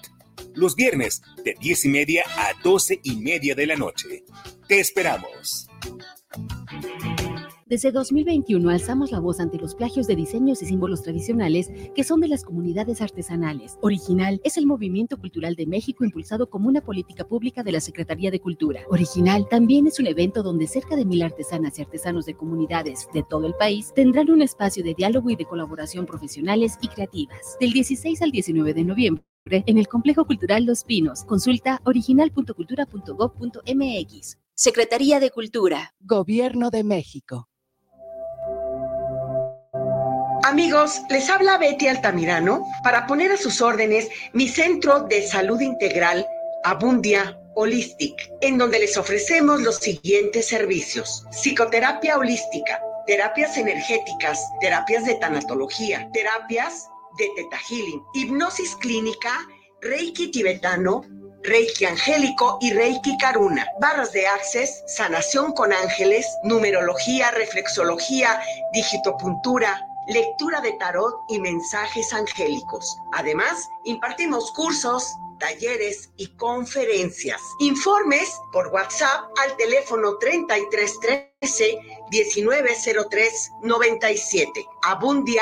Speaker 13: Los viernes de 10 y media a 12 y media de la noche. Te esperamos.
Speaker 14: Desde 2021 alzamos la voz ante los plagios de diseños y símbolos tradicionales que son de las comunidades artesanales. Original es el movimiento cultural de México impulsado como una política pública de la Secretaría de Cultura. Original también es un evento donde cerca de mil artesanas y artesanos de comunidades de todo el país tendrán un espacio de diálogo y de colaboración profesionales y creativas. Del 16 al 19 de noviembre. En el Complejo Cultural Los Pinos, consulta original.cultura.gov.mx. Secretaría de Cultura. Gobierno de México.
Speaker 15: Amigos, les habla Betty Altamirano para poner a sus órdenes mi centro de salud integral Abundia Holistic, en donde les ofrecemos los siguientes servicios. Psicoterapia holística, terapias energéticas, terapias de tanatología, terapias de teta healing, hipnosis clínica, reiki tibetano, Reiki Angélico y Reiki Karuna, barras de access, sanación con ángeles, numerología, reflexología, digitopuntura, lectura de tarot y mensajes angélicos. Además, impartimos cursos, talleres y conferencias. Informes por WhatsApp al teléfono 3313 1903 97. Abundia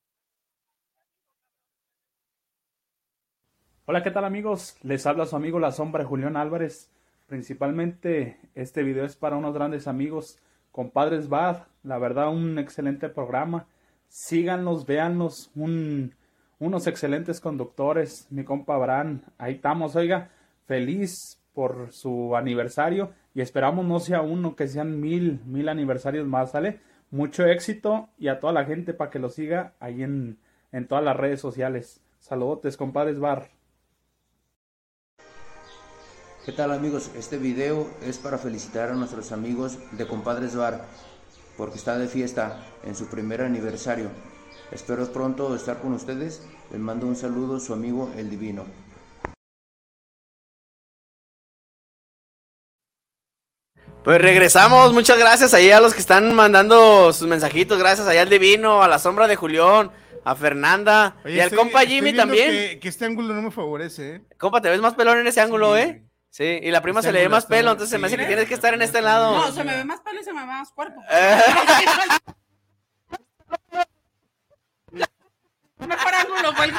Speaker 16: Hola, ¿qué tal amigos? Les habla su amigo La Sombra Julián Álvarez. Principalmente este video es para unos grandes amigos, compadres Bad. La verdad, un excelente programa. Síganlos, véanlos, un- unos excelentes conductores. Mi compa Bran, ahí estamos, oiga, feliz por su aniversario y esperamos no sea uno, que sean mil, mil aniversarios más, ¿sale? Mucho éxito y a toda la gente para que lo siga ahí en, en todas las redes sociales. Saludotes, compadres Bar.
Speaker 17: ¿Qué tal amigos? Este video es para felicitar a nuestros amigos de Compadres Bar porque está de fiesta en su primer aniversario. Espero pronto estar con ustedes. Les mando un saludo su amigo El Divino.
Speaker 3: Pues regresamos, muchas gracias ahí a los que están mandando sus mensajitos, gracias allá al Divino, a la sombra de Julián, a Fernanda y al
Speaker 9: estoy-
Speaker 3: compa
Speaker 9: estoy
Speaker 3: Jimmy
Speaker 9: viendo
Speaker 3: también.
Speaker 9: Que, que este ángulo no me favorece, ¿eh?
Speaker 3: Compa, te ves más pelón en ese ángulo, ¿eh? Sí, y la prima
Speaker 9: Este
Speaker 3: se le ve
Speaker 9: ángulo
Speaker 3: más
Speaker 9: está
Speaker 3: pelo,
Speaker 9: muy-
Speaker 3: entonces se me
Speaker 9: sí.
Speaker 3: hace que tienes que estar en este lado.
Speaker 4: No, se me ve más pelo y se me ve más cuerpo. Mejor ángulo fue el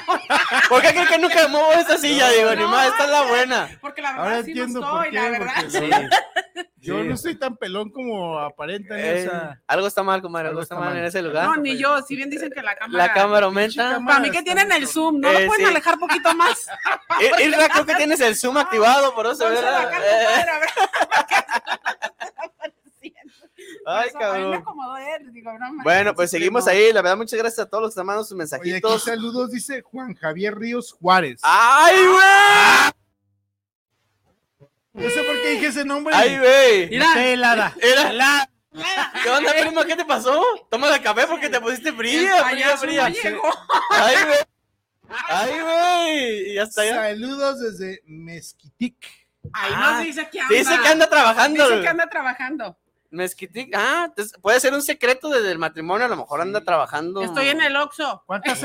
Speaker 3: ¿Por qué creo que nunca muevo esta silla, Diego? Ni más, esta es la buena.
Speaker 4: Porque la verdad
Speaker 9: Ahora
Speaker 4: sí
Speaker 9: entiendo
Speaker 4: no
Speaker 9: por
Speaker 4: estoy,
Speaker 9: qué.
Speaker 4: la verdad.
Speaker 9: porque
Speaker 3: Sí.
Speaker 9: Yo
Speaker 3: Sí.
Speaker 9: no soy tan pelón como aparentan
Speaker 3: Eh,
Speaker 9: esa.
Speaker 3: algo está mal, comadre, algo, está, mal en ese lugar.
Speaker 4: No, ni yo, si bien dicen que la cámara.
Speaker 3: La cámara aumenta.
Speaker 4: Para mí que tienen el zoom, ¿no
Speaker 3: Eh,
Speaker 4: lo pueden
Speaker 3: sí.
Speaker 4: alejar poquito más?
Speaker 3: Ir- Irra, Eh, creo que tienes el Zoom activado, por eso, ¿verdad? Eh, Ay,
Speaker 4: Por eso, a mí me
Speaker 3: cabrón.
Speaker 4: acomodó él, digo, no manches, este
Speaker 3: Bueno, pues
Speaker 4: primo.
Speaker 3: seguimos ahí. La verdad, muchas gracias a todos los que están mandando sus
Speaker 9: Y aquí
Speaker 3: mensajitos. Ah.
Speaker 9: saludos, dice Juan Javier Ríos Juárez.
Speaker 3: ¡Ay,
Speaker 4: Ah.
Speaker 3: güey!
Speaker 9: No sé por qué dije ese nombre.
Speaker 3: ¡Ay, güey!
Speaker 9: Está helada.
Speaker 3: Mira.
Speaker 4: Ah,
Speaker 3: ¿Qué onda, primo? ¿Qué te pasó? Toma la café porque te pusiste fría, fría,
Speaker 9: payaso
Speaker 3: fría.
Speaker 9: no llegó.
Speaker 3: ¡Ay, güey! ¡Ay, güey! Y ya está, ya.
Speaker 9: Saludos desde Mezquitic.
Speaker 4: Ahí
Speaker 3: Ah,
Speaker 4: nos dice que anda.
Speaker 3: dice que anda trabajando.
Speaker 4: Dice que anda trabajando.
Speaker 3: Mezquitic, ah, entonces, puede ser un secreto desde el matrimonio, a lo mejor anda trabajando.
Speaker 4: Estoy en el Oxxo.
Speaker 9: ¿Cuántas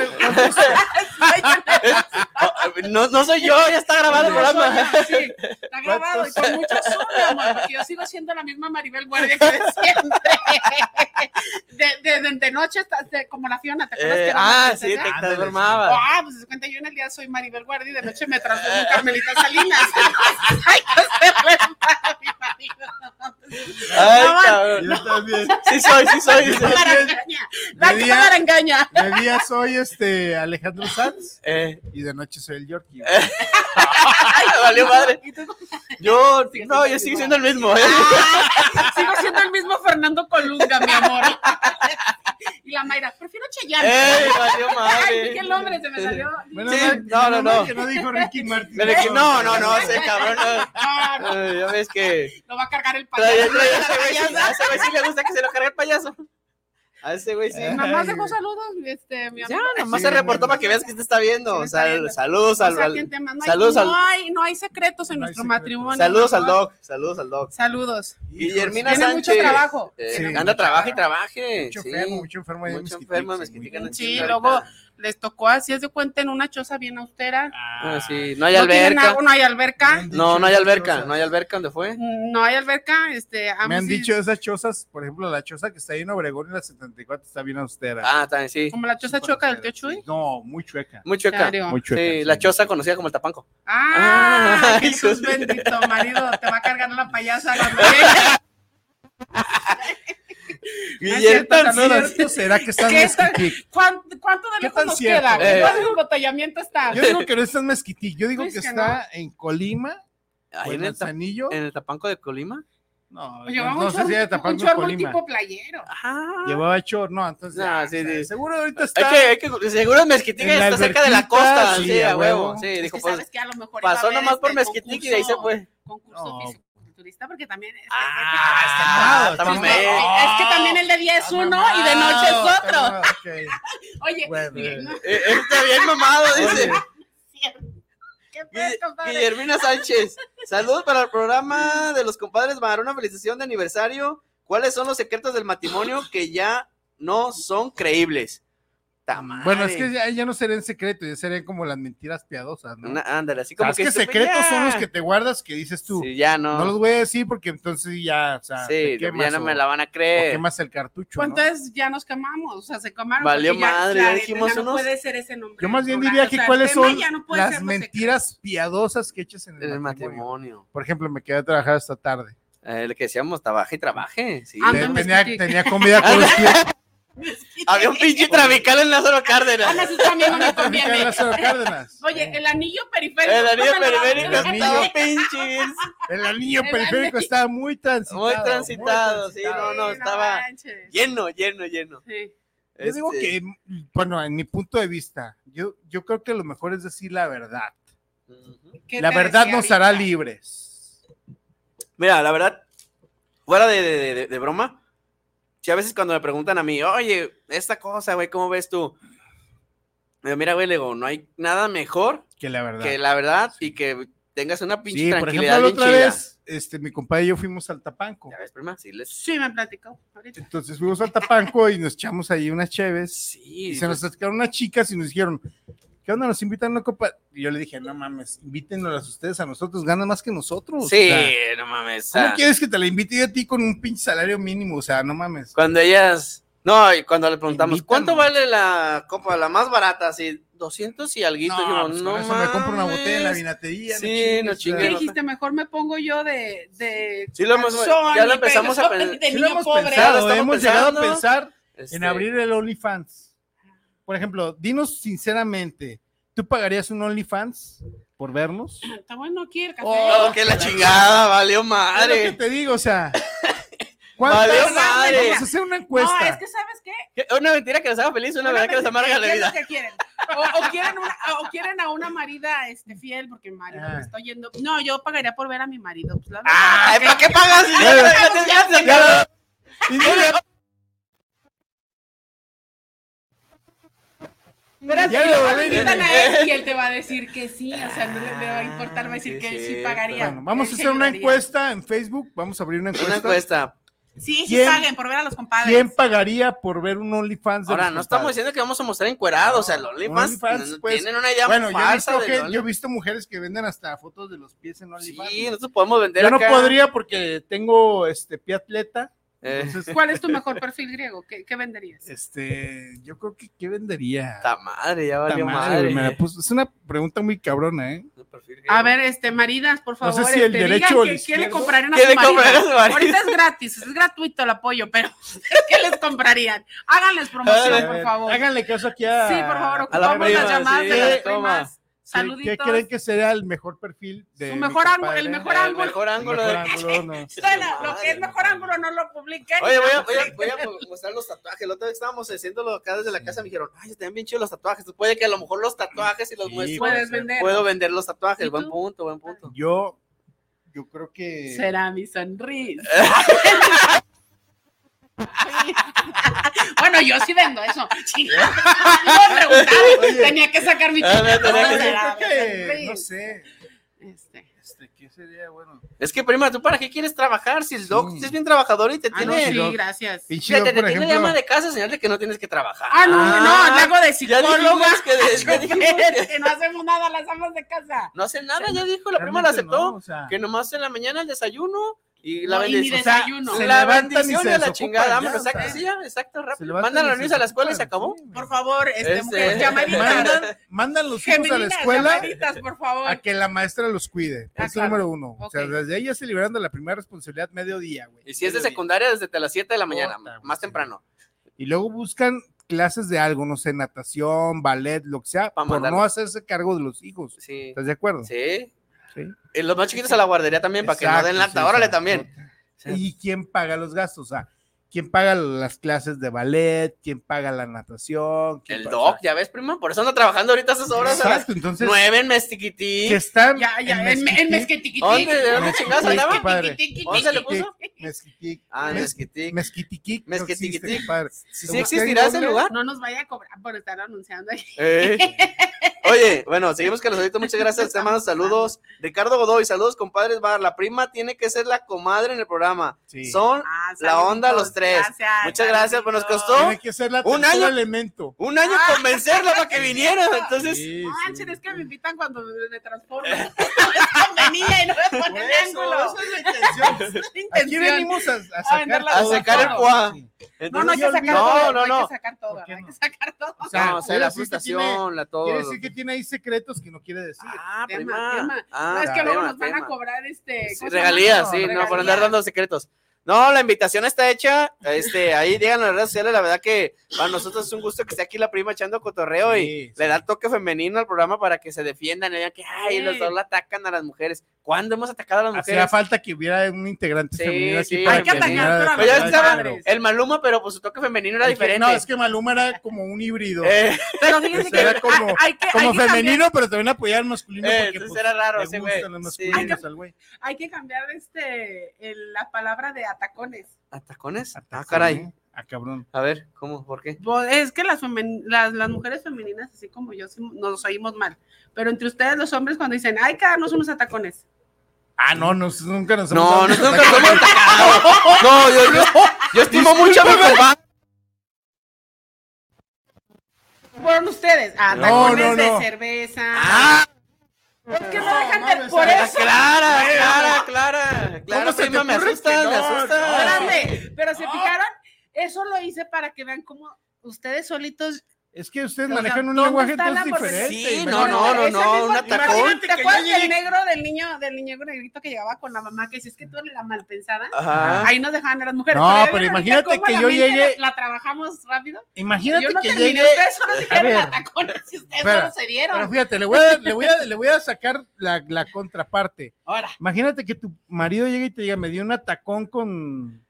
Speaker 3: Ah, No, no soy yo, ya está grabado el
Speaker 4: No soy
Speaker 3: programa.
Speaker 4: yo, sí, está grabado y con mucho zoom, mi amor, porque yo sigo siendo la misma Maribel Guardia que siempre. De, de, de, de noche, hasta- de- como la Fiona, ¿te acuerdas
Speaker 3: Eh,
Speaker 4: que era
Speaker 3: ah,
Speaker 4: una
Speaker 3: sí, te
Speaker 4: princesa?
Speaker 3: transformabas.
Speaker 4: Ah, pues se cuenta, yo en el día soy Maribel Guardia y de noche me transformo en Carmelita Salinas. Ay, que se fue para mi marido.
Speaker 3: Ay,
Speaker 4: No, man,
Speaker 3: cabrón.
Speaker 9: Yo también.
Speaker 3: Sí soy, sí soy.
Speaker 4: La cámara engaña. La
Speaker 9: De día-
Speaker 4: cámara engaña.
Speaker 9: De día soy este Alejandro Sanz
Speaker 3: Eh,
Speaker 9: y de noche soy el Yorkie.
Speaker 3: valió madre.
Speaker 4: Ah, ¿Y tú cómo
Speaker 3: Yo, no, yo sigo siendo el mismo.
Speaker 4: Ah,
Speaker 3: ¿eh?
Speaker 4: Sigo siendo el mismo Fernando Colunga, mi amor. Y la Mayra, prefiero Cheyenne.
Speaker 3: ¡Ey, valió madre!
Speaker 4: Ay, dije el nombre, se me salió.
Speaker 3: Sí, no, no, no.
Speaker 9: Que no dijo Ricky Martin.
Speaker 3: Pero es que- no, no, no, ese cabrón.
Speaker 4: "Ah,
Speaker 3: No. Ay, Ya ves que.
Speaker 4: Lo va a cargar el
Speaker 3: Trae-
Speaker 4: payaso.
Speaker 3: trae- ese güey sí- A ese güey sí le gusta que se lo cargue el payaso. A ese güey sí.
Speaker 4: Nada más dejo saludos, este, mi
Speaker 3: Ya,
Speaker 4: amor.
Speaker 3: nomás se reportó para que veas que te está viendo.
Speaker 4: está
Speaker 3: Sal-
Speaker 4: viendo.
Speaker 3: saludos al,
Speaker 4: O sea,
Speaker 3: al-
Speaker 4: ¿quién te manda? No hay-
Speaker 3: saludos al,
Speaker 4: no hay, no hay secretos en nuestro matrimonio.
Speaker 3: saludos al
Speaker 4: mi amor.
Speaker 3: doc, saludos al doc.
Speaker 4: Saludos.
Speaker 3: Guillermina
Speaker 4: Tiene
Speaker 3: Sánchez.
Speaker 4: mucho trabajo.
Speaker 3: Eh,
Speaker 4: Sí,
Speaker 3: anda,
Speaker 4: mucho
Speaker 3: trabaje y
Speaker 4: trabajo.
Speaker 3: trabaje.
Speaker 9: Mucho
Speaker 3: sí.
Speaker 9: enfermo, mucho enfermo ahí en
Speaker 3: Mucho
Speaker 9: Mezquitic,
Speaker 3: enfermo en
Speaker 9: sí,
Speaker 3: Mezquitic, anda
Speaker 4: Sí,
Speaker 3: chingando
Speaker 4: luego
Speaker 3: ahorita.
Speaker 4: les tocó así, es de cuenta, en una choza bien austera.
Speaker 3: Ah, sí, No hay
Speaker 4: tienen
Speaker 3: alberca.
Speaker 4: agua, no hay alberca.
Speaker 3: No, no hay alberca. No hay alberca. ¿Dónde fue?
Speaker 4: No hay alberca. Este,
Speaker 9: Ah, Me
Speaker 4: ambos
Speaker 9: han
Speaker 4: sí-
Speaker 9: dicho esas chozas, por ejemplo, la choza que está ahí en Obregón en la 74 está bien austera.
Speaker 3: Ah, también sí.
Speaker 4: Como la choza chueca del tío Chuy.
Speaker 9: No, muy chueca.
Speaker 3: Muy chueca.
Speaker 4: Claro.
Speaker 9: Muy chueca,
Speaker 3: sí, la choza conocida como el tapanco.
Speaker 4: Ah,
Speaker 3: Ah,
Speaker 4: Jesús
Speaker 3: hijos.
Speaker 4: bendito, marido, te va a cargar la payasa. cuando llegue.
Speaker 9: Guillermo,
Speaker 4: cierto,
Speaker 9: ¿no era
Speaker 4: sí.
Speaker 9: cierto? será que está en
Speaker 4: ¿Qué tan-
Speaker 9: Mezquitic?
Speaker 4: ¿Cuán- ¿Cuánto de
Speaker 9: ¿Qué
Speaker 4: lejos
Speaker 9: tan
Speaker 4: nos
Speaker 9: cierto?
Speaker 4: queda?
Speaker 9: Eh.
Speaker 4: ¿Cuánto embotellamiento está?
Speaker 9: Yo digo que no está en Mezquitic, yo digo
Speaker 4: Pues
Speaker 9: que
Speaker 4: que
Speaker 9: está
Speaker 4: no.
Speaker 9: en Colima. o
Speaker 3: Ahí
Speaker 9: en
Speaker 3: en el, tap-
Speaker 9: Manzanillo.
Speaker 3: en el tapanco de Colima.
Speaker 9: No,
Speaker 4: Pues
Speaker 9: no,
Speaker 4: Llevaba
Speaker 9: no
Speaker 4: un
Speaker 9: sé si era
Speaker 4: chorro, un
Speaker 9: Tapanco o
Speaker 4: chorro
Speaker 9: Colima. Ah.
Speaker 4: tipo playero.
Speaker 3: Ah,
Speaker 9: Llevaba chor, no, entonces.
Speaker 3: No,
Speaker 9: ah,
Speaker 3: sí, sí.
Speaker 9: Seguro ahorita
Speaker 3: Es
Speaker 9: está.
Speaker 3: que, es que seguro Mezquitic
Speaker 9: En la
Speaker 3: está cerca de la
Speaker 9: alberquita,
Speaker 3: costa,
Speaker 9: sí,
Speaker 3: sí,
Speaker 9: a
Speaker 3: a huevo.
Speaker 9: huevo.
Speaker 3: Sí,
Speaker 9: Es
Speaker 3: dijo,
Speaker 4: que
Speaker 3: pues,
Speaker 4: sabes que a lo mejor iba a
Speaker 3: pasó
Speaker 4: haber
Speaker 3: nomás por
Speaker 4: este
Speaker 3: Mezquitic y de ahí se
Speaker 4: concurso.
Speaker 3: fue.
Speaker 4: Concurso fisiculturista, porque también es,
Speaker 3: Ah, está
Speaker 4: es-
Speaker 3: mamado.
Speaker 4: es que también el de
Speaker 9: Ah,
Speaker 4: día es uno y de noche es otro.
Speaker 9: Ok.
Speaker 4: Oye,
Speaker 9: Bueno,
Speaker 4: bien, ¿no?
Speaker 3: Eh, Está bien mamado, dice.
Speaker 4: Qué
Speaker 3: Guille- Guillermina Sánchez, saludos para el programa de los compadres Bar, una felicitación de aniversario. ¿Cuáles son los secretos del matrimonio que ya no son creíbles? Ta madre.
Speaker 9: Bueno, es que ya, ya no serían secreto, ya serían como las mentiras piadosas, ¿no?
Speaker 3: Una- ándale, así como
Speaker 9: O sea,
Speaker 3: que
Speaker 9: es que
Speaker 3: supe-
Speaker 9: secretos
Speaker 3: ya.
Speaker 9: son los que te guardas que dices tú.
Speaker 3: Sí, ya no.
Speaker 9: No los voy a decir porque entonces ya, o sea,
Speaker 3: Sí,
Speaker 9: te
Speaker 3: ya
Speaker 9: quemas
Speaker 3: no
Speaker 9: o-
Speaker 3: me la van a
Speaker 9: o
Speaker 3: creer.
Speaker 9: quemas el cartucho.
Speaker 4: Pues
Speaker 9: ¿no?
Speaker 4: entonces ya nos quemamos, o sea, se quemaron.
Speaker 9: Valió
Speaker 4: porque ya,
Speaker 9: madre,
Speaker 4: la
Speaker 9: ya
Speaker 4: neta,
Speaker 9: dijimos
Speaker 4: ya no
Speaker 9: unos-
Speaker 4: puede ser ese nombre.
Speaker 9: Yo más bien
Speaker 4: plural,
Speaker 9: diría
Speaker 4: o
Speaker 9: que
Speaker 4: sea, el
Speaker 9: cuáles
Speaker 4: tema
Speaker 9: son
Speaker 4: ya no puede
Speaker 9: las
Speaker 4: ser los
Speaker 9: mentiras piadosas que echas en el, matrimonio. Por ejemplo, me quedé a trabajar hasta tarde.
Speaker 3: Eh, lo que decíamos, trabaje y trabaje. sí.
Speaker 9: Ah, no, Tenía- mezquite. tenía comida con los pies.
Speaker 3: Había un pinche trabical en Lázaro
Speaker 9: Ah,
Speaker 3: Cárdenas.
Speaker 4: Ana, sí, también Ah, no me
Speaker 9: Traficar
Speaker 4: conviene.
Speaker 9: Lázaro Cárdenas.
Speaker 4: Oye, el anillo periférico.
Speaker 3: El anillo
Speaker 4: no me lo- ¿eh?
Speaker 3: periférico
Speaker 9: El anillo.
Speaker 3: estaba pinche. bien-
Speaker 9: El anillo
Speaker 3: El
Speaker 9: periférico
Speaker 3: anillo.
Speaker 9: estaba muy transitado.
Speaker 3: Muy transitado, sí, no, no,
Speaker 9: Sí, no
Speaker 3: estaba lleno, lleno, lleno.
Speaker 9: Yo digo
Speaker 3: Este,
Speaker 9: que, mm, bueno, en mi punto de vista, yo, yo creo que lo mejor es decir la verdad.
Speaker 3: ¿Qué
Speaker 9: La
Speaker 3: te
Speaker 9: verdad
Speaker 3: decía
Speaker 9: nos hará libres.
Speaker 3: Mira, la verdad, fuera de, de- de- de broma, si a veces cuando me preguntan a mí, oye, esta cosa, güey, ¿cómo ves tú? Le digo, Mira, güey, le digo, no hay nada mejor
Speaker 9: Que la verdad.
Speaker 3: que la verdad y que tengas una pinche
Speaker 9: sí, por ejemplo,
Speaker 3: tranquilidad
Speaker 9: la
Speaker 3: bien
Speaker 9: otra
Speaker 3: chida.
Speaker 9: vez, este, mi compadre y yo fuimos al Tapanco.
Speaker 3: ¿Ya ves, prima? Sí, les...
Speaker 4: Sí, me platicó. ahorita.
Speaker 9: Entonces fuimos al Tapanco y nos echamos ahí unas cheves. y se
Speaker 3: pues,
Speaker 9: nos acercaron unas chicas y nos dijeron, ¿qué onda? Nos invitan a una copa. Y yo le dije, no mames, invítenos ustedes a nosotros, ganan más que nosotros. o
Speaker 3: Sí,
Speaker 9: sea,
Speaker 3: no mames. o
Speaker 9: ¿Cómo
Speaker 3: sea,
Speaker 9: quieres que te la invite yo a ti con un pinche salario mínimo? O sea, no mames.
Speaker 3: Cuando ellas, no, y cuando le preguntamos, ¿cuánto vale la copa, la más barata? Así, 200 y alguito.
Speaker 9: No,
Speaker 3: Yo,
Speaker 9: pues,
Speaker 3: no
Speaker 9: con eso me compro una
Speaker 3: mames.
Speaker 9: botella en la vinatería. no
Speaker 3: Sí, no
Speaker 9: chingues,
Speaker 3: chingues.
Speaker 4: ¿Qué
Speaker 3: o sea.
Speaker 4: dijiste? Mejor me pongo yo de. de
Speaker 3: Sí, lo hemos-
Speaker 4: calzón
Speaker 3: ya lo
Speaker 4: y
Speaker 3: empezamos a
Speaker 4: pegazón
Speaker 3: pen-
Speaker 4: De
Speaker 3: sí lo
Speaker 4: niño
Speaker 3: hemos
Speaker 4: pobre.
Speaker 9: pensado,
Speaker 3: estamos
Speaker 9: hemos llegado
Speaker 3: pensando.
Speaker 9: a pensar en
Speaker 3: Este-
Speaker 9: abrir el OnlyFans. Por ejemplo, dinos sinceramente, ¿tú pagarías un OnlyFans por vernos?
Speaker 4: Está bueno aquí el café.
Speaker 3: Oh, que la chingada, valió madre.
Speaker 9: Es lo que te digo, o sea. ¿Cuántas
Speaker 3: Valió madre.
Speaker 9: Vamos a hacer una encuesta.
Speaker 4: No, es que ¿sabes qué?
Speaker 3: Que- Una mentira que les haga feliz, una, verdad que les amarga la
Speaker 4: ¿Qué es lo
Speaker 3: vida.
Speaker 4: que quieren? O, o quieren una- o quieren a una marida este, fiel, porque mi marido me está yendo. No, yo pagaría por ver a mi marido. Pues, la verdad,
Speaker 3: Ay, Ah, ¿para qué pagas? Ya, ya, ya, ya, ya, ya.
Speaker 4: Pero
Speaker 3: Ya
Speaker 4: si
Speaker 3: lo
Speaker 4: lo
Speaker 3: valí.
Speaker 4: invitan a él y él te va a decir que sí, o sea, no le, le va a importar, va a decir que él sí pagaría.
Speaker 9: Bueno, vamos a
Speaker 4: él sí
Speaker 9: hacer una
Speaker 4: ayudaría.
Speaker 9: encuesta en Facebook. Vamos a abrir una encuesta.
Speaker 3: encuesta.
Speaker 4: Sí, sí
Speaker 9: ¿Quién-
Speaker 4: paguen por ver a los compadres.
Speaker 9: ¿Quién pagaría por ver un OnlyFans de
Speaker 3: Ahora,
Speaker 9: los
Speaker 3: no estamos
Speaker 9: compadres?
Speaker 3: diciendo que vamos a mostrar encuerados, o sea, los OnlyFans
Speaker 9: OnlyFans,
Speaker 3: no-
Speaker 9: pues,
Speaker 3: tienen una idea
Speaker 9: bueno, yo he,
Speaker 3: falsa
Speaker 9: visto
Speaker 3: del
Speaker 9: gen-
Speaker 3: Only-
Speaker 9: yo he visto mujeres que venden hasta fotos de los pies en OnlyFans.
Speaker 3: Sí, nosotros podemos vender
Speaker 9: Yo no
Speaker 3: acá.
Speaker 9: podría porque tengo este pie atleta.
Speaker 3: Eh.
Speaker 9: entonces-
Speaker 4: ¿Cuál es tu mejor perfil griego? ¿Qué, qué venderías?
Speaker 9: Este, yo creo que ¿qué vendería?
Speaker 3: Ta madre, ya valió
Speaker 9: Ta
Speaker 3: madre.
Speaker 9: güey, me la puso- Es una pregunta muy cabrona, ¿eh?
Speaker 4: A ver, este, maridas, por
Speaker 9: No
Speaker 4: favor,
Speaker 9: sé si el
Speaker 4: este,
Speaker 9: derecho
Speaker 4: digan
Speaker 9: o el
Speaker 4: que, ¿qué le
Speaker 9: izquierdo.
Speaker 4: comprarían a
Speaker 9: ¿Qué
Speaker 4: su
Speaker 9: le
Speaker 4: marido?
Speaker 9: comprarían a su marido?
Speaker 4: Ahorita es gratis, es gratuito el apoyo, pero ¿qué les comprarían? Háganles promoción,
Speaker 9: A
Speaker 4: por
Speaker 9: ver,
Speaker 4: favor.
Speaker 9: Háganle caso aquí a.
Speaker 4: Sí, por favor,
Speaker 9: a la
Speaker 4: ocupamos las
Speaker 9: prima,
Speaker 4: llamadas de las
Speaker 9: Toma.
Speaker 4: primas.
Speaker 9: Sí, ¿Qué
Speaker 4: Saluditos.
Speaker 9: creen que sería el mejor perfil de
Speaker 4: Su
Speaker 9: mi
Speaker 4: mejor ángulo,
Speaker 9: compadre?
Speaker 4: el mejor El ángulo. mejor
Speaker 9: El
Speaker 4: ángulo
Speaker 3: eh.
Speaker 9: mejor
Speaker 4: de-
Speaker 9: ángulo, no.
Speaker 4: Suena, lo que es mejor ángulo no lo publiquen.
Speaker 3: Oye, voy a, voy, a, voy a mostrar los tatuajes. La otra vez estábamos haciéndolo acá desde la casa. Me dijeron, ay, están bien chidos los tatuajes. Puede que a lo mejor los tatuajes y los muestro.
Speaker 4: puedes vender.
Speaker 3: Puedo vender los tatuajes.
Speaker 4: ¿Y
Speaker 3: Buen
Speaker 4: tú?
Speaker 3: punto, buen punto.
Speaker 9: Yo, yo creo que.
Speaker 4: Será mi sonrisa. bueno, yo sí vendo eso. Chinga. No me preguntaba,
Speaker 9: Oye.
Speaker 4: tenía que sacar mi
Speaker 3: Ah, no, tenía que-
Speaker 4: Será
Speaker 9: Yo
Speaker 4: mi
Speaker 9: creo que,
Speaker 4: sonrisa.
Speaker 9: no sé.
Speaker 4: Este.
Speaker 9: Este, ¿qué sería bueno?
Speaker 3: Es que, prima, ¿tú para qué quieres trabajar si el doc si es bien trabajador y te
Speaker 4: Ah, no,
Speaker 3: tiene.
Speaker 4: sí, gracias.
Speaker 9: Pinche
Speaker 3: Fíjate,
Speaker 9: doc,
Speaker 3: te
Speaker 9: por
Speaker 3: tiene
Speaker 9: ejemplo.
Speaker 3: llama de casa, señal de que no tienes que trabajar.
Speaker 4: Ah, no, no, le hago de
Speaker 3: ya dijimos
Speaker 4: psicóloga.
Speaker 3: que de- ya dijimos que-
Speaker 4: que no hacemos nada, las amas de casa.
Speaker 3: No hace nada, ya dijo, la prima
Speaker 9: Realmente
Speaker 3: la aceptó.
Speaker 9: no, o sea.
Speaker 3: Que nomás en la mañana el desayuno y la
Speaker 4: No, y ni
Speaker 3: bendición.
Speaker 4: desayuno.
Speaker 3: O sea,
Speaker 4: Se
Speaker 3: la
Speaker 4: levantan y
Speaker 3: bendición
Speaker 4: se
Speaker 3: y a la
Speaker 4: desocupan
Speaker 3: chingada.
Speaker 4: ya,
Speaker 3: Vamos,
Speaker 4: o sea.
Speaker 3: exacto, sí, ya, exacto, rápido.
Speaker 9: levantan
Speaker 3: Mandan a
Speaker 9: y
Speaker 3: los
Speaker 9: se
Speaker 3: niños a la escuela y se acabó.
Speaker 4: Por favor, este,
Speaker 3: Este,
Speaker 4: mujeres, llamaditas.
Speaker 9: Mandan, mandan los hijos a la
Speaker 4: Geminitas,
Speaker 9: escuela
Speaker 4: llamaditas, por favor.
Speaker 9: a que la maestra los cuide.
Speaker 4: Ah,
Speaker 9: Punto
Speaker 4: claro.
Speaker 9: número uno. O sea,
Speaker 4: Ok.
Speaker 9: desde ella se liberan de la primera responsabilidad mediodía, güey.
Speaker 3: Y si es de secundaria, desde las 7 de la mañana, más temprano.
Speaker 9: Y luego buscan clases de algo, no sé, natación, ballet, lo que sea, por
Speaker 3: mandarlo.
Speaker 9: no hacerse cargo de los hijos.
Speaker 3: Sí.
Speaker 9: ¿Estás de acuerdo?
Speaker 3: Sí.
Speaker 9: Sí.
Speaker 3: Y los más chiquitos a la guardería también, para que no
Speaker 9: Exacto,
Speaker 3: den lata.
Speaker 9: sí,
Speaker 3: Órale,
Speaker 9: sí.
Speaker 3: también.
Speaker 9: ¿Y quién paga los gastos? O sea, ¿quién paga las clases de ballet? ¿Quién paga la natación? ¿Quién
Speaker 3: El
Speaker 9: paga-
Speaker 3: doc, ya ves, prima, por eso anda trabajando ahorita esas horas a las
Speaker 9: Exacto, entonces-
Speaker 3: 9 en Mestiquití.
Speaker 9: Que están
Speaker 4: Ya, ya, en, en mezquitiquití.
Speaker 3: ¿Dónde? ¿De dónde chingados
Speaker 9: Mezquitiquí,
Speaker 3: andaba?
Speaker 9: compadre.
Speaker 3: ¿Dónde le puso?
Speaker 9: Mezquitic.
Speaker 3: Ah,
Speaker 9: Mez-
Speaker 3: Mezquitic.
Speaker 9: Mezquitiquí. no existe,
Speaker 3: Mezquitiquí.
Speaker 9: este compadre.
Speaker 3: ¿Sí
Speaker 9: Lo busqué en
Speaker 3: existirá ese
Speaker 9: Google.
Speaker 3: lugar?
Speaker 4: No nos vaya a cobrar por estar anunciando ahí.
Speaker 3: Eh. Oye, bueno, seguimos con los saluditos. Muchas gracias, te mando saludos. Ricardo Godoy, saludos, compadres. Bar. La prima tiene que ser la comadre en el programa. Son Ah, la onda los tres.
Speaker 4: gracias,
Speaker 3: Muchas gracias, pues nos costó
Speaker 9: Tiene que ser la
Speaker 3: un
Speaker 9: tercera
Speaker 3: año,
Speaker 9: elemento.
Speaker 3: un año convencerla para que viniera. Entonces, ah,
Speaker 4: Manchen, es que me invitan cuando me transformo. Es convenida y no me ponen
Speaker 9: Por eso,
Speaker 4: ángulo.
Speaker 9: esa es la intención. Aquí venimos a, a sacar,
Speaker 4: vender la
Speaker 3: Ah, a
Speaker 9: todo.
Speaker 3: sacar el cuá.
Speaker 4: No, no hay que sacar
Speaker 3: no,
Speaker 4: todo.
Speaker 3: no,
Speaker 4: Hay
Speaker 3: no.
Speaker 4: que sacar todo. Hay que sacar todo.
Speaker 9: O sea,
Speaker 3: No, o sea,
Speaker 9: quiere decir
Speaker 3: la
Speaker 9: que
Speaker 3: frustración,
Speaker 9: tiene-
Speaker 3: la todo.
Speaker 9: Quiere decir que tiene ahí secretos que no quiere decir.
Speaker 4: Ah,
Speaker 3: prima.
Speaker 4: tema, tema.
Speaker 3: Ah,
Speaker 4: no, es que luego
Speaker 3: tema,
Speaker 4: nos van
Speaker 3: tema. Pues
Speaker 4: a cobrar este.
Speaker 3: Sí,
Speaker 4: ¿cómo se llama?
Speaker 3: regalías, sí, no, por
Speaker 4: regalías.
Speaker 3: andar dando secretos. No, la invitación está hecha. Este, ahí díganos en las redes sociales, la verdad que para nosotros es un gusto que esté aquí la prima echando cotorreo y le da toque femenino al programa para que se defiendan y vean que ay,
Speaker 9: Sí.
Speaker 3: los dos la atacan a las mujeres. ¿Cuándo hemos atacado a las mujeres?
Speaker 9: Hacía falta que hubiera un integrante femenino aquí
Speaker 3: Sí, sí,
Speaker 9: para
Speaker 3: Ah, hay que
Speaker 9: terminar
Speaker 3: atacar,
Speaker 9: de
Speaker 3: pero Pues ya
Speaker 9: sacar
Speaker 3: estaba
Speaker 9: el-
Speaker 3: el Maluma, pero pues su toque femenino era
Speaker 9: Es que-
Speaker 3: diferente.
Speaker 9: No, es que Maluma era como un híbrido.
Speaker 3: Eh. Pero fíjense
Speaker 9: O sea,
Speaker 3: que
Speaker 9: era como,
Speaker 3: hay que- hay
Speaker 9: como
Speaker 3: que
Speaker 9: femenino,
Speaker 3: cambiar.
Speaker 9: pero también apoyar al masculino.
Speaker 3: Eh,
Speaker 9: porque,
Speaker 3: entonces
Speaker 9: pues,
Speaker 3: era raro
Speaker 9: le
Speaker 3: ese
Speaker 9: gustan
Speaker 3: güey.
Speaker 9: los
Speaker 3: Sí.
Speaker 9: masculinos al güey.
Speaker 4: Hay que cambiar este, el- la palabra de atacones.
Speaker 3: ¿Atacones? Ah, caray.
Speaker 9: Ah, cabrón.
Speaker 3: A ver, ¿cómo? ¿Por qué?
Speaker 4: Pues, Es que las, femen- las, las mujeres femeninas, así como yo, sí nos oímos mal. Pero entre ustedes, los hombres, cuando dicen, hay que darnos unos atacones.
Speaker 9: Ah, no, nos- nunca nos
Speaker 3: No,
Speaker 9: dado
Speaker 3: nos-
Speaker 9: cuenta.
Speaker 3: nunca nos hemos No, yo, yo, yo estimo mucho a mi
Speaker 9: Discúlpame.
Speaker 3: compadre.
Speaker 4: Fueron ustedes, atacones
Speaker 3: no, no.
Speaker 4: de cerveza. Ah. ¿Por qué no dejan de- por eso?
Speaker 3: Clara, Clara, Clara. Clara,
Speaker 4: se te
Speaker 3: prima, me
Speaker 4: ocurre
Speaker 3: asustas,
Speaker 4: que
Speaker 3: me
Speaker 4: no?
Speaker 3: asustas.
Speaker 4: Espérame, pero se fijaron, eso lo hice para que vean cómo ustedes solitos.
Speaker 9: Es que ustedes
Speaker 3: manejan un lenguaje entonces diferente,
Speaker 4: Sí,
Speaker 3: imagínate.
Speaker 4: no, no, no,
Speaker 3: Esa
Speaker 4: no,
Speaker 3: misma-
Speaker 4: un atacón.
Speaker 3: Imagínate
Speaker 4: ¿Te
Speaker 3: que yo
Speaker 4: acuerdas
Speaker 3: llegué-
Speaker 4: del negro del niño, del niño negrito que llegaba con la mamá que si es que tú eres la malpensada?
Speaker 9: Ajá.
Speaker 4: Ahí nos dejaban a las mujeres.
Speaker 9: No,
Speaker 4: ya
Speaker 9: pero
Speaker 4: vieron ahorita
Speaker 9: imagínate
Speaker 4: cómo
Speaker 9: que
Speaker 4: la
Speaker 9: yo
Speaker 4: mente
Speaker 9: llegué-
Speaker 4: La, la trabajamos rápido.
Speaker 9: Imagínate
Speaker 4: yo no
Speaker 9: que
Speaker 4: terminé,
Speaker 9: llegue-
Speaker 4: Ustedes solo
Speaker 9: A
Speaker 4: dijeron
Speaker 9: ver.
Speaker 4: atacones y ustedes
Speaker 9: Espera,
Speaker 4: solo se dieron.
Speaker 9: Pero fíjate, le voy a, le voy a, le voy a sacar la, la contraparte.
Speaker 4: Ahora.
Speaker 9: Imagínate que tu marido llegue y te diga, me dio un atacón con,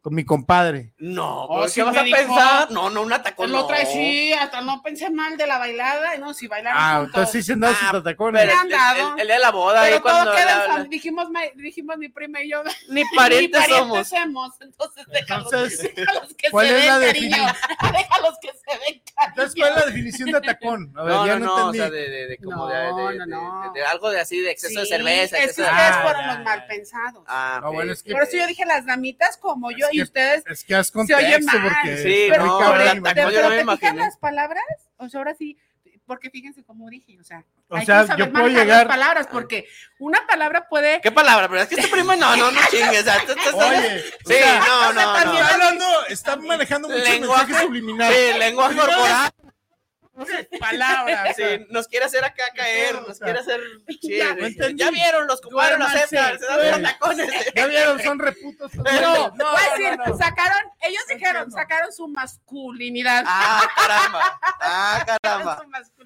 Speaker 9: con mi compadre.
Speaker 3: No,
Speaker 4: Oh,
Speaker 3: ¿por
Speaker 4: sí
Speaker 3: ¿qué vas
Speaker 4: me
Speaker 3: a
Speaker 4: dijo.
Speaker 3: pensar? No, no, un atacón.
Speaker 4: Pues
Speaker 3: no.
Speaker 4: lo trae, sí, hasta no pensé mal de la bailada, y no, si bailaron
Speaker 9: Ah,
Speaker 4: juntos.
Speaker 9: entonces sí se han dado sus atacones.
Speaker 3: Pero el, el- el día de la boda, ahí
Speaker 4: Pero
Speaker 3: cuando
Speaker 4: todo queda en
Speaker 3: la-
Speaker 4: fam- dijimos, ma- dijimos mi prima y yo.
Speaker 3: Ni parientes somos.
Speaker 4: Entonces, déjalos,
Speaker 9: Entonces,
Speaker 4: déjalos que
Speaker 9: ¿cuál
Speaker 4: se
Speaker 9: es
Speaker 4: den,
Speaker 9: la
Speaker 4: cariño. Déjalos que se den, cariño.
Speaker 9: Entonces, ¿cuál es la definición de atacón? A ver,
Speaker 3: No,
Speaker 9: ya
Speaker 3: no,
Speaker 9: no,
Speaker 3: no, o
Speaker 9: entendí.
Speaker 3: sea, de, de, de como de, de,
Speaker 4: No,
Speaker 3: de-
Speaker 4: no, no.
Speaker 3: de- de algo de así, de exceso de
Speaker 4: Sí,
Speaker 3: cerveza.
Speaker 4: Es que
Speaker 3: exceso de-
Speaker 4: ustedes
Speaker 3: Ah,
Speaker 4: fueron
Speaker 3: ya.
Speaker 4: los mal pensados.
Speaker 3: Ah,
Speaker 9: No,
Speaker 3: ok.
Speaker 9: bueno, es que-
Speaker 4: Por eso yo dije las damitas como yo y
Speaker 9: que-
Speaker 4: ustedes.
Speaker 9: Es que haz
Speaker 4: se oye
Speaker 9: contexto,
Speaker 4: mal.
Speaker 9: porque...
Speaker 3: Sí,
Speaker 9: Pero,
Speaker 3: no,
Speaker 9: cabrón,
Speaker 3: el atacón
Speaker 9: imagínate.
Speaker 3: yo no me
Speaker 4: ¿Te fijas
Speaker 3: imaginé.
Speaker 4: las palabras? O sea, ahora sí, porque fíjense cómo dije, o sea.
Speaker 9: O
Speaker 4: hay que
Speaker 9: sea,
Speaker 4: saber
Speaker 9: yo puedo
Speaker 4: manejar
Speaker 9: llegar-
Speaker 4: las palabras porque una palabra puede
Speaker 3: ¿Qué palabra? Pero es que este primo, no, no, no chingues. o sea, tú- tú- tú-
Speaker 9: Oye,
Speaker 3: sí,
Speaker 9: o sea,
Speaker 3: no, no, no.
Speaker 9: Está hablando, está manejando mucho
Speaker 3: Lenguaje-
Speaker 9: mensaje subliminal.
Speaker 3: Sí, lenguaje
Speaker 9: Primero es
Speaker 3: corporal.
Speaker 9: palabras,
Speaker 3: Sí, nos quiere hacer acá caer, nos quiere hacer. Sí,
Speaker 9: Ya,
Speaker 3: ya,
Speaker 9: no entendí.
Speaker 3: vieron, los compadres lo
Speaker 9: Duérmanse.
Speaker 3: aceptan. Se dan eh.
Speaker 9: Sí.
Speaker 3: los tacones.
Speaker 9: Ya vieron, son reputos.
Speaker 4: No,
Speaker 9: No, no,
Speaker 4: voy a
Speaker 9: no,
Speaker 4: decir,
Speaker 9: no, no.
Speaker 4: sacaron, ellos dijeron, sacaron su masculinidad.
Speaker 3: Ah, caramba. Ah, caramba.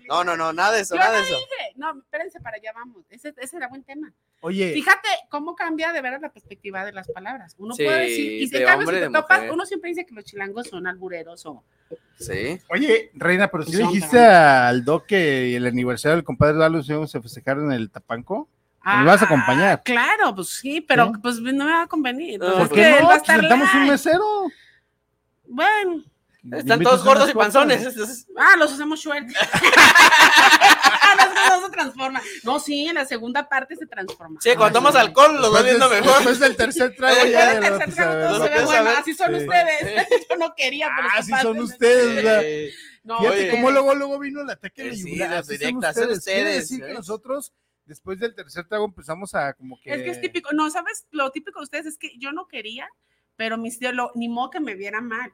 Speaker 3: No, no, no, nada de eso,
Speaker 4: Yo
Speaker 3: nada
Speaker 4: no
Speaker 3: de eso.
Speaker 4: dije, no, espérense para allá vamos. Ese, ese era buen tema.
Speaker 9: Oye.
Speaker 4: Fíjate cómo cambia de ver la perspectiva de las palabras. Uno
Speaker 3: Sí,
Speaker 4: puede decir, y si
Speaker 3: de
Speaker 4: en cambio
Speaker 3: hombre,
Speaker 4: si te
Speaker 3: de
Speaker 4: topas,
Speaker 3: mujer.
Speaker 4: uno siempre dice que los chilangos son albureros o
Speaker 3: Sí.
Speaker 9: Oye, Reina, pero si
Speaker 4: Son
Speaker 9: dijiste al Doc que el aniversario del compadre Lalo se íbamos a festejar en el Tapanco. ¿Me vas a acompañar?
Speaker 4: Ah, Claro, pues sí, pero pues no me va a convenir.
Speaker 3: No,
Speaker 4: Entonces,
Speaker 3: ¿por
Speaker 9: qué
Speaker 4: que él
Speaker 9: no?
Speaker 4: va a estar
Speaker 9: Presentamos un
Speaker 4: live.
Speaker 9: mesero.
Speaker 4: Bueno.
Speaker 3: Están todos gordos y panzones. entonces-
Speaker 4: Ah, los hacemos short. Ah, no, eso no se transforma. No, sí, en la segunda parte se transforma. Ah,
Speaker 3: Sí, cuando tomas alcohol,
Speaker 9: Pues
Speaker 3: los vas viendo mejor.
Speaker 9: Después del tercer trago
Speaker 3: Después
Speaker 9: ya.
Speaker 3: del
Speaker 9: de lo
Speaker 3: tercer
Speaker 9: que
Speaker 3: trago
Speaker 9: sabe,
Speaker 3: todo
Speaker 9: ¿no?
Speaker 3: se ve
Speaker 9: Lo que
Speaker 3: bueno,
Speaker 9: sabe.
Speaker 4: Así son
Speaker 9: Sí.
Speaker 4: ustedes. Yo no quería, pero
Speaker 9: Ah,
Speaker 4: los
Speaker 9: así
Speaker 4: papás-
Speaker 9: son ustedes. ¿verdad?
Speaker 3: Eh,
Speaker 4: No,
Speaker 9: Fíjate
Speaker 4: oye.
Speaker 9: cómo luego, luego vino el ataque de
Speaker 3: Eh, sí,
Speaker 9: yugular.
Speaker 3: las
Speaker 9: así son
Speaker 3: directas, son
Speaker 9: Quiere
Speaker 3: ustedes,
Speaker 9: decir
Speaker 3: ¿eh?
Speaker 9: que nosotros, después del tercer trago, empezamos a como que.
Speaker 4: Es que es típico. No, ¿sabes? Lo típico de ustedes es que yo no quería, pero mis tíos, lo- ni modo que me viera mal.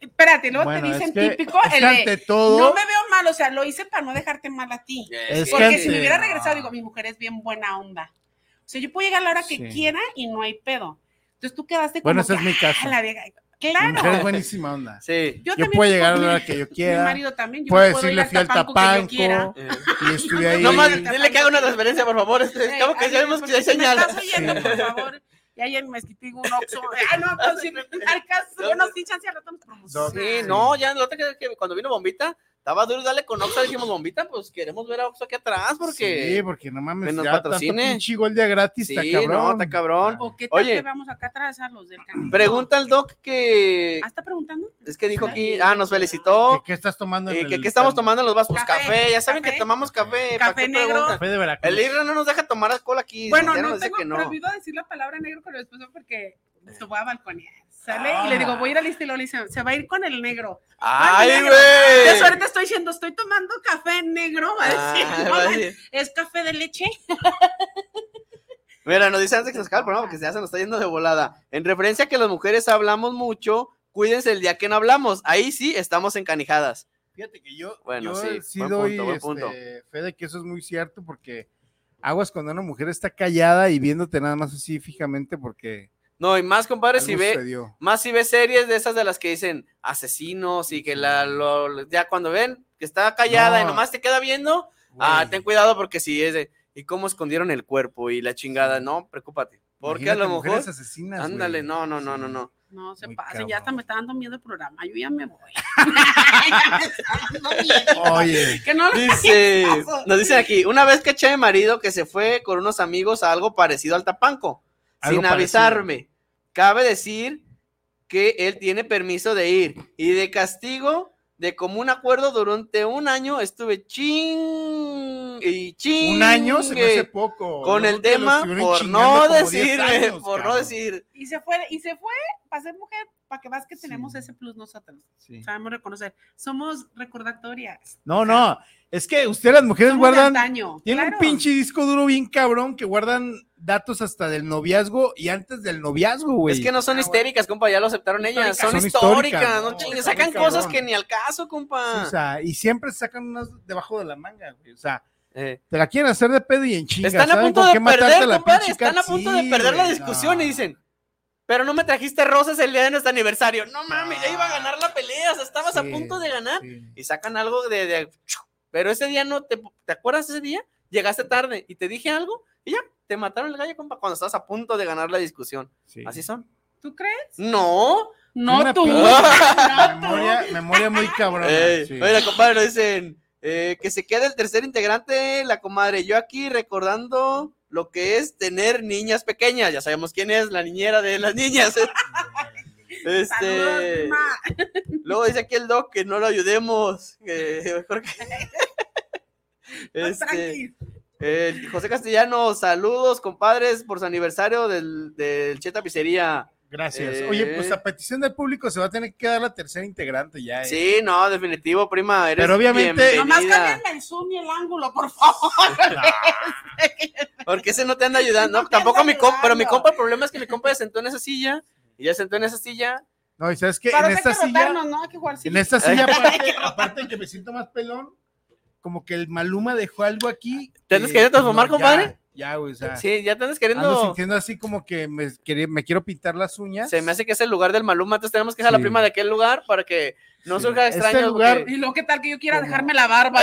Speaker 4: Espérate, luego
Speaker 9: Bueno,
Speaker 4: te
Speaker 9: es
Speaker 4: dicen
Speaker 9: que-
Speaker 4: típico.
Speaker 9: es que
Speaker 4: el de,
Speaker 9: ante todo-
Speaker 4: No me veo mal, o sea, lo hice para no dejarte mal a ti.
Speaker 9: Es
Speaker 4: Porque
Speaker 9: que
Speaker 4: si me
Speaker 9: ante-
Speaker 4: hubiera regresado, digo, mi mujer es bien buena onda. O sea, yo puedo llegar a la hora que
Speaker 9: Sí.
Speaker 4: quiera y no hay pedo. Entonces tú quedaste como
Speaker 9: Bueno, ese
Speaker 4: que,
Speaker 9: es mi
Speaker 4: "Ah,
Speaker 9: caso.
Speaker 4: la vieja".
Speaker 9: Mi mujer es
Speaker 4: Claro.
Speaker 9: buenísima onda.
Speaker 3: Sí.
Speaker 9: Yo,
Speaker 4: también fui
Speaker 9: puedo llegar a
Speaker 4: con
Speaker 9: la
Speaker 4: mi-
Speaker 9: hora que yo
Speaker 4: mi
Speaker 9: quiera.
Speaker 4: marido también, yo
Speaker 9: puedo
Speaker 4: me puedo ir
Speaker 9: decirle
Speaker 4: al
Speaker 9: fui al
Speaker 4: Tapanco que yo
Speaker 9: tapanco.
Speaker 4: quiera.
Speaker 9: Y estuve ahí.
Speaker 3: Nomás dile que haga una transferencia, por favor. este,
Speaker 4: Ey,
Speaker 3: Como que
Speaker 4: así es,
Speaker 3: sabemos que hay
Speaker 4: porque si me
Speaker 3: señal.
Speaker 4: estás oyendo, por favor. Y ayer me esquité un oxo. Ah, no, pues si no al caso, bueno, sí, chance al rato nos promocionan.
Speaker 3: Sí, no, ya lo que, que cuando vino Bombita, Estaba duro y dale con Oxxo, dijimos, bombita, pues queremos ver a Oxxo aquí atrás porque...
Speaker 9: Sí, porque no mames,
Speaker 3: que nos
Speaker 9: ya tanto
Speaker 3: patrocine.
Speaker 9: pinche gol de gratis,
Speaker 3: Sí,
Speaker 9: está cabrón.
Speaker 3: no, está cabrón.
Speaker 4: ¿O qué tal que
Speaker 3: Oye,
Speaker 4: vamos acá atrás a los del canal?
Speaker 3: pregunta al doc que...
Speaker 4: ¿Ah, está preguntando?
Speaker 3: Es que dijo aquí, ah, nos felicitó.
Speaker 9: ¿Qué estás tomando?
Speaker 3: Eh,
Speaker 9: en
Speaker 3: que
Speaker 9: el-
Speaker 3: qué estamos tomando en los vasos?
Speaker 4: Café,
Speaker 3: Café, ya saben que tomamos café. ¿para
Speaker 4: Café
Speaker 3: qué
Speaker 4: negro.
Speaker 3: preguntan?
Speaker 9: Café de Veracruz.
Speaker 3: El Irra no nos deja tomar alcohol aquí.
Speaker 4: Bueno,
Speaker 3: ya
Speaker 4: no
Speaker 3: nos dice
Speaker 4: tengo
Speaker 3: que no.
Speaker 4: prohibido decir la palabra negro con el esposo porque se voy a balconear. Sale y
Speaker 9: Ah.
Speaker 4: le digo, voy a ir a lista y luego le dice, se va a ir con el negro.
Speaker 3: ¡Ay,
Speaker 4: Con el negro.
Speaker 3: güey!
Speaker 4: De suerte estoy diciendo, estoy tomando café negro. Va a decir,
Speaker 3: Ah,
Speaker 4: "No,
Speaker 3: va a
Speaker 4: man,
Speaker 3: decir.
Speaker 4: es café de leche.
Speaker 3: Mira, nos dice antes que nos acabe el programa porque ya se nos está yendo de volada. En referencia a que las mujeres hablamos mucho, cuídense el día que no hablamos. Ahí sí estamos encanijadas.
Speaker 9: Fíjate que yo,
Speaker 3: Bueno,
Speaker 9: yo
Speaker 3: sí,
Speaker 9: sí
Speaker 3: buen
Speaker 9: doy
Speaker 3: punto, buen
Speaker 9: este,
Speaker 3: punto.
Speaker 9: fe de que eso es muy cierto porque aguas cuando una mujer está callada y viéndote nada más así fijamente porque
Speaker 3: No, y más, compadre,
Speaker 9: Algo
Speaker 3: si ve,
Speaker 9: sucedió.
Speaker 3: más si ve series de esas de las que dicen asesinos y que la, lo- ya cuando ven que está callada y
Speaker 9: No.
Speaker 3: nomás te queda viendo, ah, ten cuidado porque si es de, ¿y cómo escondieron el cuerpo y la chingada? No, preocúpate. Porque a
Speaker 9: Imagínate
Speaker 3: lo mejor...
Speaker 9: mujeres asesinas, güey.
Speaker 3: ándale, no, no, no, no, no.
Speaker 4: No, se
Speaker 9: Muy
Speaker 4: pasa,
Speaker 9: cabrón.
Speaker 4: ya hasta me está dando miedo el programa. Yo ya me voy.
Speaker 9: Oye.
Speaker 4: Que no le
Speaker 3: dice,
Speaker 4: hagas caso.
Speaker 3: nos dicen aquí, una vez que eché a mi marido que se fue con unos amigos a algo parecido al Tapanco,
Speaker 9: Algo
Speaker 3: sin avisarme. Cabe decir que él tiene permiso de ir y de castigo de común acuerdo durante un año estuve ching y ching
Speaker 9: un año se me hace poco.
Speaker 3: con
Speaker 9: Yo
Speaker 3: el
Speaker 9: creo que los
Speaker 3: tema
Speaker 9: estuvieron
Speaker 3: por
Speaker 9: chingando
Speaker 3: no
Speaker 9: como 10
Speaker 3: decirme,
Speaker 9: años,
Speaker 3: por no
Speaker 9: cabrón.
Speaker 3: decir
Speaker 4: Y se fue, y se fue para ser mujer, para que veas que tenemos ese plus nosotros.
Speaker 9: Sí.
Speaker 4: Sabemos reconocer. Somos recordatorias.
Speaker 9: No, no, es que ustedes las mujeres
Speaker 4: Somos de
Speaker 9: guardan
Speaker 4: antaño,
Speaker 9: tienen
Speaker 4: claro.
Speaker 9: un pinche disco duro bien cabrón que guardan datos hasta del noviazgo y antes del noviazgo, Ah, güey.
Speaker 3: Es que no son histéricas, compa, ya lo aceptaron ellas. Son,
Speaker 9: Son
Speaker 3: históricas,
Speaker 9: históricas,
Speaker 3: no
Speaker 9: no,
Speaker 3: chingues,
Speaker 9: está muy
Speaker 3: sacan cosas
Speaker 9: cabrón.
Speaker 3: que ni al caso,
Speaker 9: Sí,
Speaker 3: compa.
Speaker 9: o sea, y siempre sacan unas debajo de la manga, güey. O sea, te la quieren hacer de pedo y en chinga.
Speaker 3: Están a
Speaker 9: ¿saben
Speaker 3: punto
Speaker 9: con
Speaker 3: de
Speaker 9: qué matarte
Speaker 3: perder,
Speaker 9: la
Speaker 3: compadre.
Speaker 9: pinche
Speaker 3: Están a
Speaker 9: cara?
Speaker 3: punto
Speaker 9: Sí,
Speaker 3: de perder la
Speaker 9: güey,
Speaker 3: discusión
Speaker 9: no.
Speaker 3: y dicen, pero no me trajiste rosas el día de nuestro aniversario. No mames, ya iba a ganar la pelea, o sea, estabas a
Speaker 9: Sí,
Speaker 3: punto de ganar. Y sacan algo de, de- Pero ese día no, te, ¿te acuerdas ese día? Llegaste tarde y te dije algo y ya, te mataron el gallo, compa, cuando estabas a punto de ganar la discusión. Así son.
Speaker 4: ¿Tú crees?
Speaker 3: No.
Speaker 9: Una
Speaker 3: tú.
Speaker 9: pinche memoria, memoria muy cabrona.
Speaker 3: Ey,
Speaker 9: sí.
Speaker 3: Oiga, compadre, nos dicen eh, que se quede el tercer integrante, la comadre. Yo aquí recordando lo que es tener niñas pequeñas. Ya sabemos quién es la niñera de las niñas. este, luego dice aquí el doc que no lo ayudemos. Que mejor que. Este, eh, José Castellano, saludos, compadres, por su aniversario del, del Che Tapicería.
Speaker 9: Gracias.
Speaker 3: Eh,
Speaker 9: Oye, pues a petición del público se va a tener que dar la tercera integrante ya. eh.
Speaker 3: Sí, no, definitivo, prima. Eres
Speaker 9: Pero obviamente-
Speaker 4: Nomás
Speaker 3: bienvenida.
Speaker 4: cámbiale el zoom y el ángulo, por favor.
Speaker 3: Porque ese no te anda ayudando. No, tampoco mi compa, pero mi compa, el problema es que mi compa se sentó en esa silla y ya sentó en esa silla.
Speaker 9: No, y sabes que
Speaker 4: Para
Speaker 9: en esta silla,
Speaker 4: ¿no? Hay que jugar
Speaker 9: en esta silla aparte, aparte de que me siento más pelón, como que el Maluma dejó algo aquí.
Speaker 3: ¿Te andas queriendo transformar,
Speaker 9: no, ya,
Speaker 3: compadre?
Speaker 9: Ya, güey, o sea.
Speaker 3: Sí, ya te andas
Speaker 9: Ando
Speaker 3: queriendo.
Speaker 9: sintiendo así como que me, quería- me quiero pintar las uñas.
Speaker 3: Se me hace que es el lugar del Maluma. Entonces tenemos que dejar a la
Speaker 9: Sí.
Speaker 3: prima de aquel lugar para que no surja
Speaker 9: Este
Speaker 3: extraño.
Speaker 9: lugar-
Speaker 4: Y lo que tal que yo quiera dejarme la barba.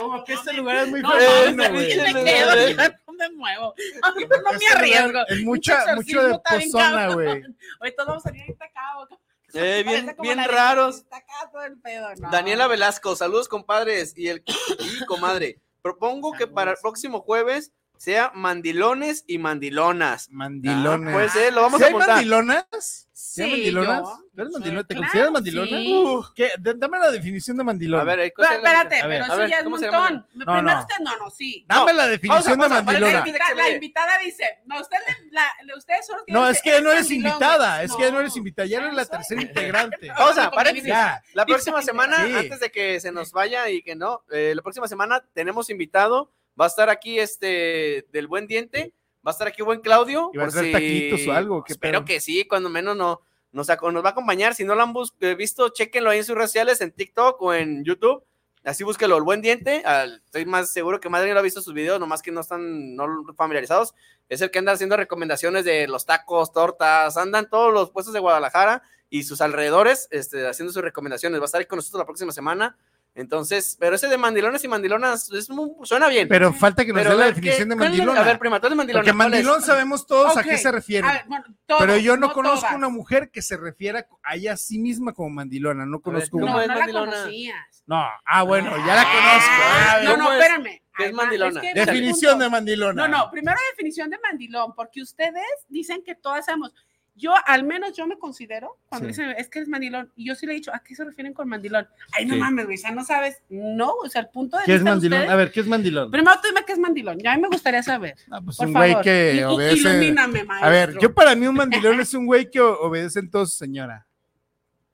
Speaker 9: Como que este lugar es muy
Speaker 4: no,
Speaker 3: Eh,
Speaker 9: femenino,
Speaker 4: no,
Speaker 9: güey.
Speaker 4: me quedo, ya no me muevo. No me
Speaker 9: Este lugar
Speaker 4: arriesgo.
Speaker 9: Es
Speaker 4: Pinche
Speaker 9: mucha, mucho de
Speaker 4: exorcismo está bien
Speaker 9: pozona,
Speaker 4: cabrón.
Speaker 9: güey.
Speaker 4: Hoy todos vamos a salir ahorita acá. o-
Speaker 3: Eh, bien
Speaker 4: parece como
Speaker 3: bien
Speaker 4: la de-
Speaker 3: raros.
Speaker 4: Está acá todo el pedo, no.
Speaker 3: Daniela Velasco, saludos compadres y el y comadre. Propongo que para el próximo jueves sea mandilones y mandilonas.
Speaker 9: Mandilones.
Speaker 3: pues eh, lo vamos
Speaker 9: ¿Sí
Speaker 3: a
Speaker 9: hay
Speaker 3: apuntar.
Speaker 9: mandilonas? ¿Sí
Speaker 3: Sí,
Speaker 9: hay mandilonas?
Speaker 3: yo.
Speaker 9: ¿Tú eres mandilona? ¿Te
Speaker 3: Claro,
Speaker 9: consideras mandilona?
Speaker 3: sí.
Speaker 9: Uh, ¿qué? D- Dame la definición de mandilona.
Speaker 3: A ver, eh,
Speaker 4: No,
Speaker 3: ¿cuál es la-
Speaker 4: espérate,
Speaker 9: A ver,
Speaker 4: pero
Speaker 9: a
Speaker 4: eso
Speaker 9: ver,
Speaker 4: ya es un
Speaker 9: ¿cómo se llama?
Speaker 4: montón.
Speaker 9: No,
Speaker 4: Primero
Speaker 9: no.
Speaker 4: usted, no, no, sí.
Speaker 9: Dame la definición
Speaker 3: pausa,
Speaker 9: de
Speaker 3: pausa,
Speaker 4: La,
Speaker 9: mandilona.
Speaker 4: invita- la invitada dice, no, usted, le- la, la- ustedes solo tienen
Speaker 9: No, es que no eres
Speaker 4: mandilongas.
Speaker 9: invitada, es
Speaker 4: No.
Speaker 9: que no eres invitada, ya eres la tercera integrante.
Speaker 3: Pausa, paréntesis.
Speaker 9: Ya.
Speaker 3: La próxima semana,
Speaker 9: Sí.
Speaker 3: antes de que se nos vaya y que no, eh, la próxima semana tenemos invitado. Va a estar aquí este del buen diente, va a estar aquí buen Claudio.
Speaker 9: Y va a
Speaker 3: por
Speaker 9: traer taquitos o algo, ¿qué
Speaker 3: Espero
Speaker 9: pedo?
Speaker 3: que sí, cuando menos no, nos, aco- nos va a acompañar. Si no lo han bus- eh, visto, chequenlo ahí en sus redes sociales, en TikTok o en YouTube. Así búsquelo, el buen diente. al- estoy más seguro que más de alguien lo ha visto sus videos, nomás que no están no familiarizados. Es el que anda haciendo recomendaciones de los tacos, tortas, andan todos los puestos de Guadalajara y sus alrededores, este, haciendo sus recomendaciones. Va a estar ahí con nosotros la próxima semana. Entonces, pero ese de mandilones y mandilonas es muy- suena bien.
Speaker 9: Pero falta que nos dé
Speaker 3: a
Speaker 9: la
Speaker 3: ver,
Speaker 9: definición
Speaker 3: ¿qué-
Speaker 9: de
Speaker 3: cuál es la-
Speaker 9: mandilona.
Speaker 3: A ver, prima, tú eres mandilona.
Speaker 9: Porque
Speaker 3: ¿cuál es?
Speaker 9: mandilón sabemos todos
Speaker 3: Ok,
Speaker 9: a qué se refiere.
Speaker 3: a ver, bueno, todas,
Speaker 9: pero yo no,
Speaker 3: no
Speaker 9: conozco
Speaker 3: todas.
Speaker 9: una mujer que se refiera a ella a sí misma como mandilona. No conozco
Speaker 3: ¿cómo
Speaker 9: una.
Speaker 3: es
Speaker 4: No la
Speaker 3: mandilona?
Speaker 4: conocías. Ah,
Speaker 9: No, ah, bueno, ya la conozco.
Speaker 4: No, no,
Speaker 9: ¿Cómo es?
Speaker 4: espérame.
Speaker 3: ¿Qué es mandilona?
Speaker 4: es que-
Speaker 9: Definición de mandilona.
Speaker 4: No, no, primero definición de mandilón, porque ustedes dicen que todas sabemos. Yo, al menos yo me considero, cuando
Speaker 9: Sí.
Speaker 4: dicen, es que es mandilón, y yo sí le he dicho, ¿a qué se refieren con mandilón? Ay, no
Speaker 9: Sí.
Speaker 4: mames, Luisa, no sabes. No, o sea, el punto de
Speaker 9: ¿Qué es
Speaker 4: vista de
Speaker 9: mandilón?
Speaker 4: ustedes-
Speaker 9: A ver, ¿qué es mandilón?
Speaker 4: Primero tú dime qué es mandilón, ya a mí me gustaría saber.
Speaker 9: pues
Speaker 4: por
Speaker 9: un güey
Speaker 4: favor.
Speaker 9: que
Speaker 4: Il-
Speaker 9: obedece.
Speaker 4: Ilumíname, maestro.
Speaker 9: A ver, yo para mí un mandilón es un güey que o- obedece en todo su señora.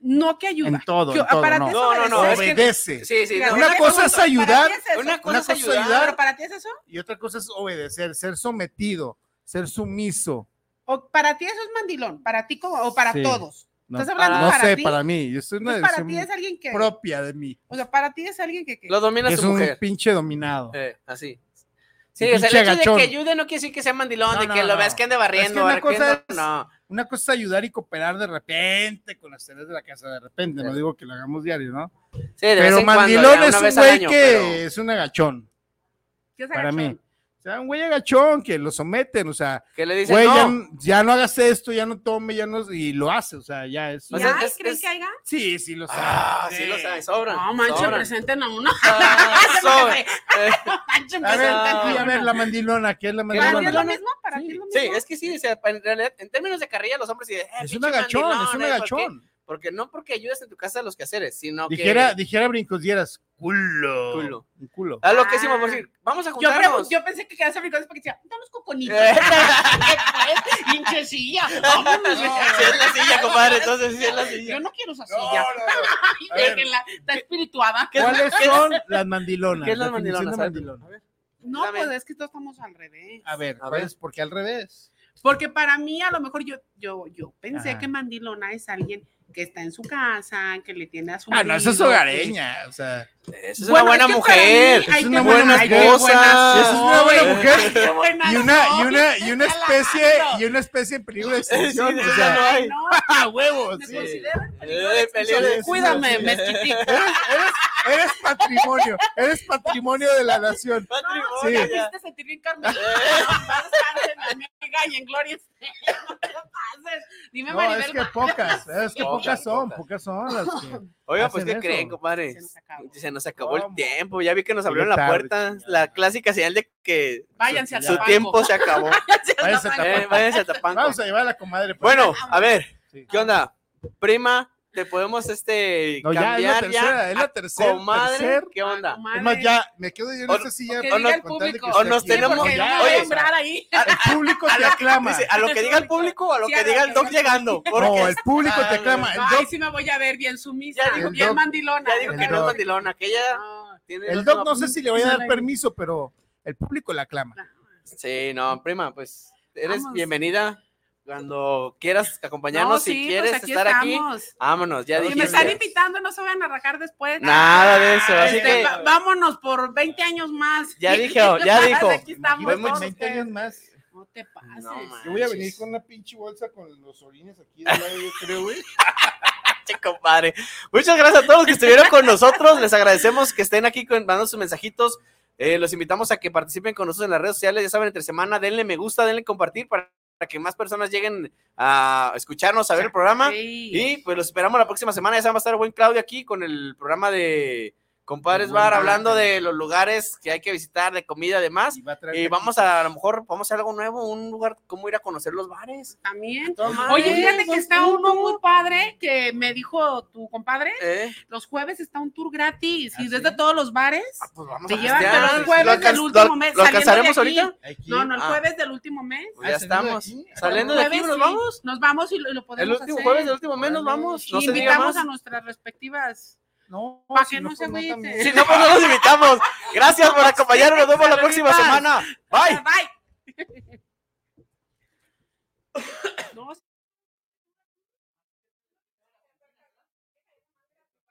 Speaker 4: No que ayuda.
Speaker 9: En todo,
Speaker 4: Que-
Speaker 9: en todo,
Speaker 4: para
Speaker 9: no.
Speaker 4: ti es
Speaker 9: No, no, no,
Speaker 4: obedecer.
Speaker 9: obedece. Sí, sí,
Speaker 4: Mira,
Speaker 9: no, una cosa es
Speaker 4: para ti
Speaker 9: ayudar,
Speaker 4: eso.
Speaker 9: una cosa es ayudar.
Speaker 4: pero para ti es eso.
Speaker 9: Y otra cosa es obedecer, ser sometido, ser sumiso.
Speaker 4: O para ti eso es mandilón, para ti como, o para
Speaker 9: Sí.
Speaker 4: todos.
Speaker 9: No,
Speaker 4: Estás hablando
Speaker 9: Ah, no
Speaker 4: para
Speaker 9: sé,
Speaker 4: ti.
Speaker 9: para mí. Yo soy una
Speaker 4: Entonces, para
Speaker 9: decisión
Speaker 4: ti es alguien que.
Speaker 9: propia de mí.
Speaker 4: O sea, para ti es alguien que. que-
Speaker 3: Lo domina
Speaker 9: es
Speaker 3: su
Speaker 9: un
Speaker 3: mujer.
Speaker 9: pinche dominado.
Speaker 3: Eh, así. Sí,
Speaker 9: Un
Speaker 3: o sea, el
Speaker 9: pinche
Speaker 3: hecho
Speaker 9: agachón.
Speaker 3: de que ayude no quiere decir que sea mandilón, de
Speaker 9: No,
Speaker 3: que
Speaker 9: no,
Speaker 3: lo
Speaker 9: no.
Speaker 3: veas que ande
Speaker 9: Es
Speaker 3: barriendo,
Speaker 9: que una cosa
Speaker 3: barriendo,
Speaker 9: es-
Speaker 3: no.
Speaker 9: Una cosa es ayudar y cooperar de repente con las tareas de la casa, de repente. No digo que lo hagamos diario, ¿no?
Speaker 3: Sí, Eh. de
Speaker 9: pero
Speaker 3: vez en cuando,
Speaker 9: mandilón
Speaker 3: ya una
Speaker 9: es
Speaker 3: vez
Speaker 9: un
Speaker 3: al
Speaker 9: güey
Speaker 3: año,
Speaker 9: que
Speaker 3: pero-
Speaker 9: es un agachón,
Speaker 4: ¿Qué es
Speaker 9: para
Speaker 4: agachón?
Speaker 9: mí. O sea, un güey agachón que lo someten, o sea,
Speaker 3: Que le dicen,
Speaker 9: güey, ya
Speaker 3: "No".
Speaker 9: n- ya, no hagas esto, ya no tome, ya no, y lo hace, o sea, ya es.
Speaker 4: ¿Y ay, creen que haya?
Speaker 9: Sí, sí, lo sabe.
Speaker 3: Ah, sí, lo sabe, sobran.
Speaker 4: No, mancha,
Speaker 3: sobran.
Speaker 4: presenten a uno. Mancha,
Speaker 9: A
Speaker 3: sobran.
Speaker 9: ver, y a
Speaker 4: presenten
Speaker 9: ver, la mandilona, ¿qué es la
Speaker 3: ¿Para ti es lo
Speaker 9: mandilona?
Speaker 4: mismo? ¿Para ti es lo
Speaker 3: Sí, es que sí, o sea, en realidad, en términos de carrilla, los hombres dicen, eh,
Speaker 9: Es un
Speaker 3: pinche
Speaker 9: agachón,
Speaker 3: mandilón,
Speaker 9: es un
Speaker 3: ¿eh? ¿Por
Speaker 9: agachón.
Speaker 3: qué? Porque no porque ayudas en tu casa a los quehaceres, sino
Speaker 9: Dijera,
Speaker 3: que...
Speaker 9: dijera brincos, dieras culo.
Speaker 3: Culo.
Speaker 9: Un culo.
Speaker 3: A lo que hicimos,
Speaker 9: Ah.
Speaker 3: por decir, vamos a
Speaker 4: Yo, pregun-
Speaker 3: juntarnos.
Speaker 4: yo pensé que querías hacer porque decía, damos coconitos.
Speaker 3: Eh.
Speaker 4: Pinche silla. vámonos.
Speaker 3: Sí, es la silla, compadre, entonces sí es la silla.
Speaker 4: Yo no quiero esa silla. Ay,
Speaker 9: A ver.
Speaker 4: déjenla, está espirituada.
Speaker 9: ¿Cuáles son las mandilonas?
Speaker 3: ¿Qué es las
Speaker 9: Definición de
Speaker 3: mandilonas?
Speaker 9: mandilona.
Speaker 4: No, pues es que todos estamos al revés.
Speaker 9: A ver, ¿cuáles? Porque al revés.
Speaker 4: Porque para mí, a lo mejor yo, yo, yo pensé
Speaker 9: Ajá.
Speaker 4: que mandilona es alguien que está en su casa, que le tiene a su
Speaker 9: Ah, no, eso es
Speaker 4: marido,
Speaker 9: hogareña, o sea.
Speaker 3: Esa
Speaker 4: es una Bueno, es buena que para mujer, mí hay
Speaker 9: Es una
Speaker 4: que-
Speaker 9: buena
Speaker 4: hay que
Speaker 9: mujer.
Speaker 4: buenas soy.
Speaker 9: Esa Es una buena mujer.
Speaker 4: Qué buena
Speaker 9: Y una, y
Speaker 4: soy,
Speaker 9: una, y
Speaker 4: estoy
Speaker 9: una especie,
Speaker 4: halagando.
Speaker 9: y una especie en peligro de extinción.
Speaker 4: Sí,
Speaker 9: o
Speaker 4: sí,
Speaker 9: sea,
Speaker 4: no hay.
Speaker 9: ¡Ah, huevos!
Speaker 4: Me
Speaker 9: sí.
Speaker 4: considero en peligro de
Speaker 9: Eh,
Speaker 4: extinción.
Speaker 9: peligro de
Speaker 4: Cuídame,
Speaker 9: extinción, sí.
Speaker 4: mezquitica.
Speaker 9: Eres, eres, eres patrimonio, eres patrimonio de la nación.
Speaker 4: No,
Speaker 9: Sí.
Speaker 4: ya me hiciste sentir bien, Carmen. Bastante, mi amiga, y en gloria. esté. No te pases. Dime,
Speaker 9: No,
Speaker 4: Maribel.
Speaker 9: es que pocas, es que
Speaker 3: Sí.
Speaker 9: pocas son, pocas son las que.
Speaker 3: Oiga, pues,
Speaker 9: hacen
Speaker 3: ¿qué
Speaker 9: eso.
Speaker 3: creen, compadre? Se nos acabó, el tiempo. Ya vi que nos
Speaker 9: Llegué
Speaker 3: abrieron la
Speaker 9: tarde,
Speaker 3: puerta. La clásica señal de que
Speaker 4: Váyanse a
Speaker 3: su
Speaker 4: Tapanco.
Speaker 3: tiempo se acabó.
Speaker 9: Váyanse a
Speaker 3: Eh,
Speaker 9: Tapanco.
Speaker 3: váyanse a Tapanco.
Speaker 9: Vamos a llevar a la comadre. pues.
Speaker 3: Bueno, a ver, ¿qué onda? Prima, te podemos este
Speaker 9: No, ya, es la
Speaker 3: cambiar ya.
Speaker 9: tercera, es la
Speaker 3: a
Speaker 9: tercera,
Speaker 3: Comadre,
Speaker 9: tercer.
Speaker 3: ¿qué onda?
Speaker 9: Es más, ya, me quedo yo en esa silla.
Speaker 3: o nos- o nos tenemos- oye,
Speaker 9: El público te aclama.
Speaker 3: Dice, a lo que diga el público o a lo
Speaker 4: Sí,
Speaker 3: que
Speaker 4: a
Speaker 3: diga
Speaker 4: la
Speaker 3: el doc llegando. porque-
Speaker 9: No, el público
Speaker 3: Ah,
Speaker 9: te aclama. El
Speaker 4: Ay,
Speaker 9: doc,
Speaker 4: sí me voy a ver bien sumisa,
Speaker 3: Ya
Speaker 9: dijo-
Speaker 4: bien
Speaker 9: doc-
Speaker 4: mandilona.
Speaker 3: Ya digo que no es
Speaker 9: doc.
Speaker 3: mandilona, que ella tiene
Speaker 9: el
Speaker 3: dos
Speaker 9: doc no
Speaker 3: nuevas-
Speaker 9: sé si le voy a dar permiso, pero el público la aclama.
Speaker 4: Pues
Speaker 3: Sí, no, prima, pues eres
Speaker 4: Vamos.
Speaker 3: bienvenida cuando quieras acompañarnos.
Speaker 4: No,
Speaker 3: si
Speaker 4: sí,
Speaker 3: quieres
Speaker 4: pues, aquí
Speaker 3: estar aquí,
Speaker 4: estamos.
Speaker 3: vámonos, ya
Speaker 4: Y me están
Speaker 3: dijiste.
Speaker 4: invitando, no se vayan a rajar después.
Speaker 3: Nada de eso, así
Speaker 4: Este,
Speaker 3: que-
Speaker 4: va- vámonos por 20 años más.
Speaker 3: Ya dijo, ya dijo.
Speaker 4: Aquí estamos
Speaker 9: Imagínate,
Speaker 4: todos
Speaker 9: 20
Speaker 4: ustedes.
Speaker 9: años Pues más.
Speaker 4: No te pases.
Speaker 9: Yo voy a venir con una pinche bolsa con los orines aquí del lado, yo creo, güey.
Speaker 3: Che, compadre. Muchas gracias a todos los que estuvieron con nosotros. Les agradecemos que estén aquí con, mandando sus mensajitos. Eh, los invitamos a que participen con nosotros en las redes sociales. Ya saben, entre semana, denle me gusta, denle compartir para para que más personas lleguen a escucharnos, a ver el programa.
Speaker 4: Sí.
Speaker 3: Y pues los esperamos la próxima semana. Ya saben, va a estar el buen Claudio aquí con el programa de Compadres Bar, hablando de los lugares que hay que visitar, de comida, demás. Y, Eh, vamos a, a lo mejor, vamos a hacer algo nuevo, un lugar, cómo ir a conocer los bares.
Speaker 4: También.
Speaker 3: Toma.
Speaker 4: Oye, fíjate que
Speaker 3: Dos
Speaker 4: está uno muy padre que me dijo tu compadre.
Speaker 3: ¿Eh?
Speaker 4: Los jueves está un tour gratis
Speaker 3: Ah,
Speaker 4: y desde todos los bares.
Speaker 9: pues
Speaker 3: vamos
Speaker 4: te
Speaker 3: Ah, pues a
Speaker 4: llevan
Speaker 3: pistear.
Speaker 4: a los
Speaker 3: ¿Lo
Speaker 4: jueves
Speaker 3: alcanz-
Speaker 4: del último
Speaker 3: lo-
Speaker 4: mes.
Speaker 3: lo
Speaker 4: saliendo de
Speaker 3: alcanzaremos
Speaker 4: aquí.
Speaker 3: ahorita?
Speaker 4: No, no, el
Speaker 3: Ah.
Speaker 4: jueves del último mes.
Speaker 3: pues, Ya estamos. Saliendo de
Speaker 4: El
Speaker 3: aquí,
Speaker 4: jueves,
Speaker 3: nos
Speaker 4: sí,
Speaker 3: vamos.
Speaker 4: Nos vamos y lo, y lo podemos
Speaker 3: El último
Speaker 4: hacer.
Speaker 3: jueves, el último mes nos vamos. No
Speaker 4: Y
Speaker 3: se diga
Speaker 4: invitamos
Speaker 3: más.
Speaker 4: a nuestras respectivas.
Speaker 9: No,
Speaker 4: para que no, se agüiten.
Speaker 3: Si no, pues no los invitamos. Gracias por acompañarnos. Nos vemos la próxima semana. Bye.
Speaker 4: Bye.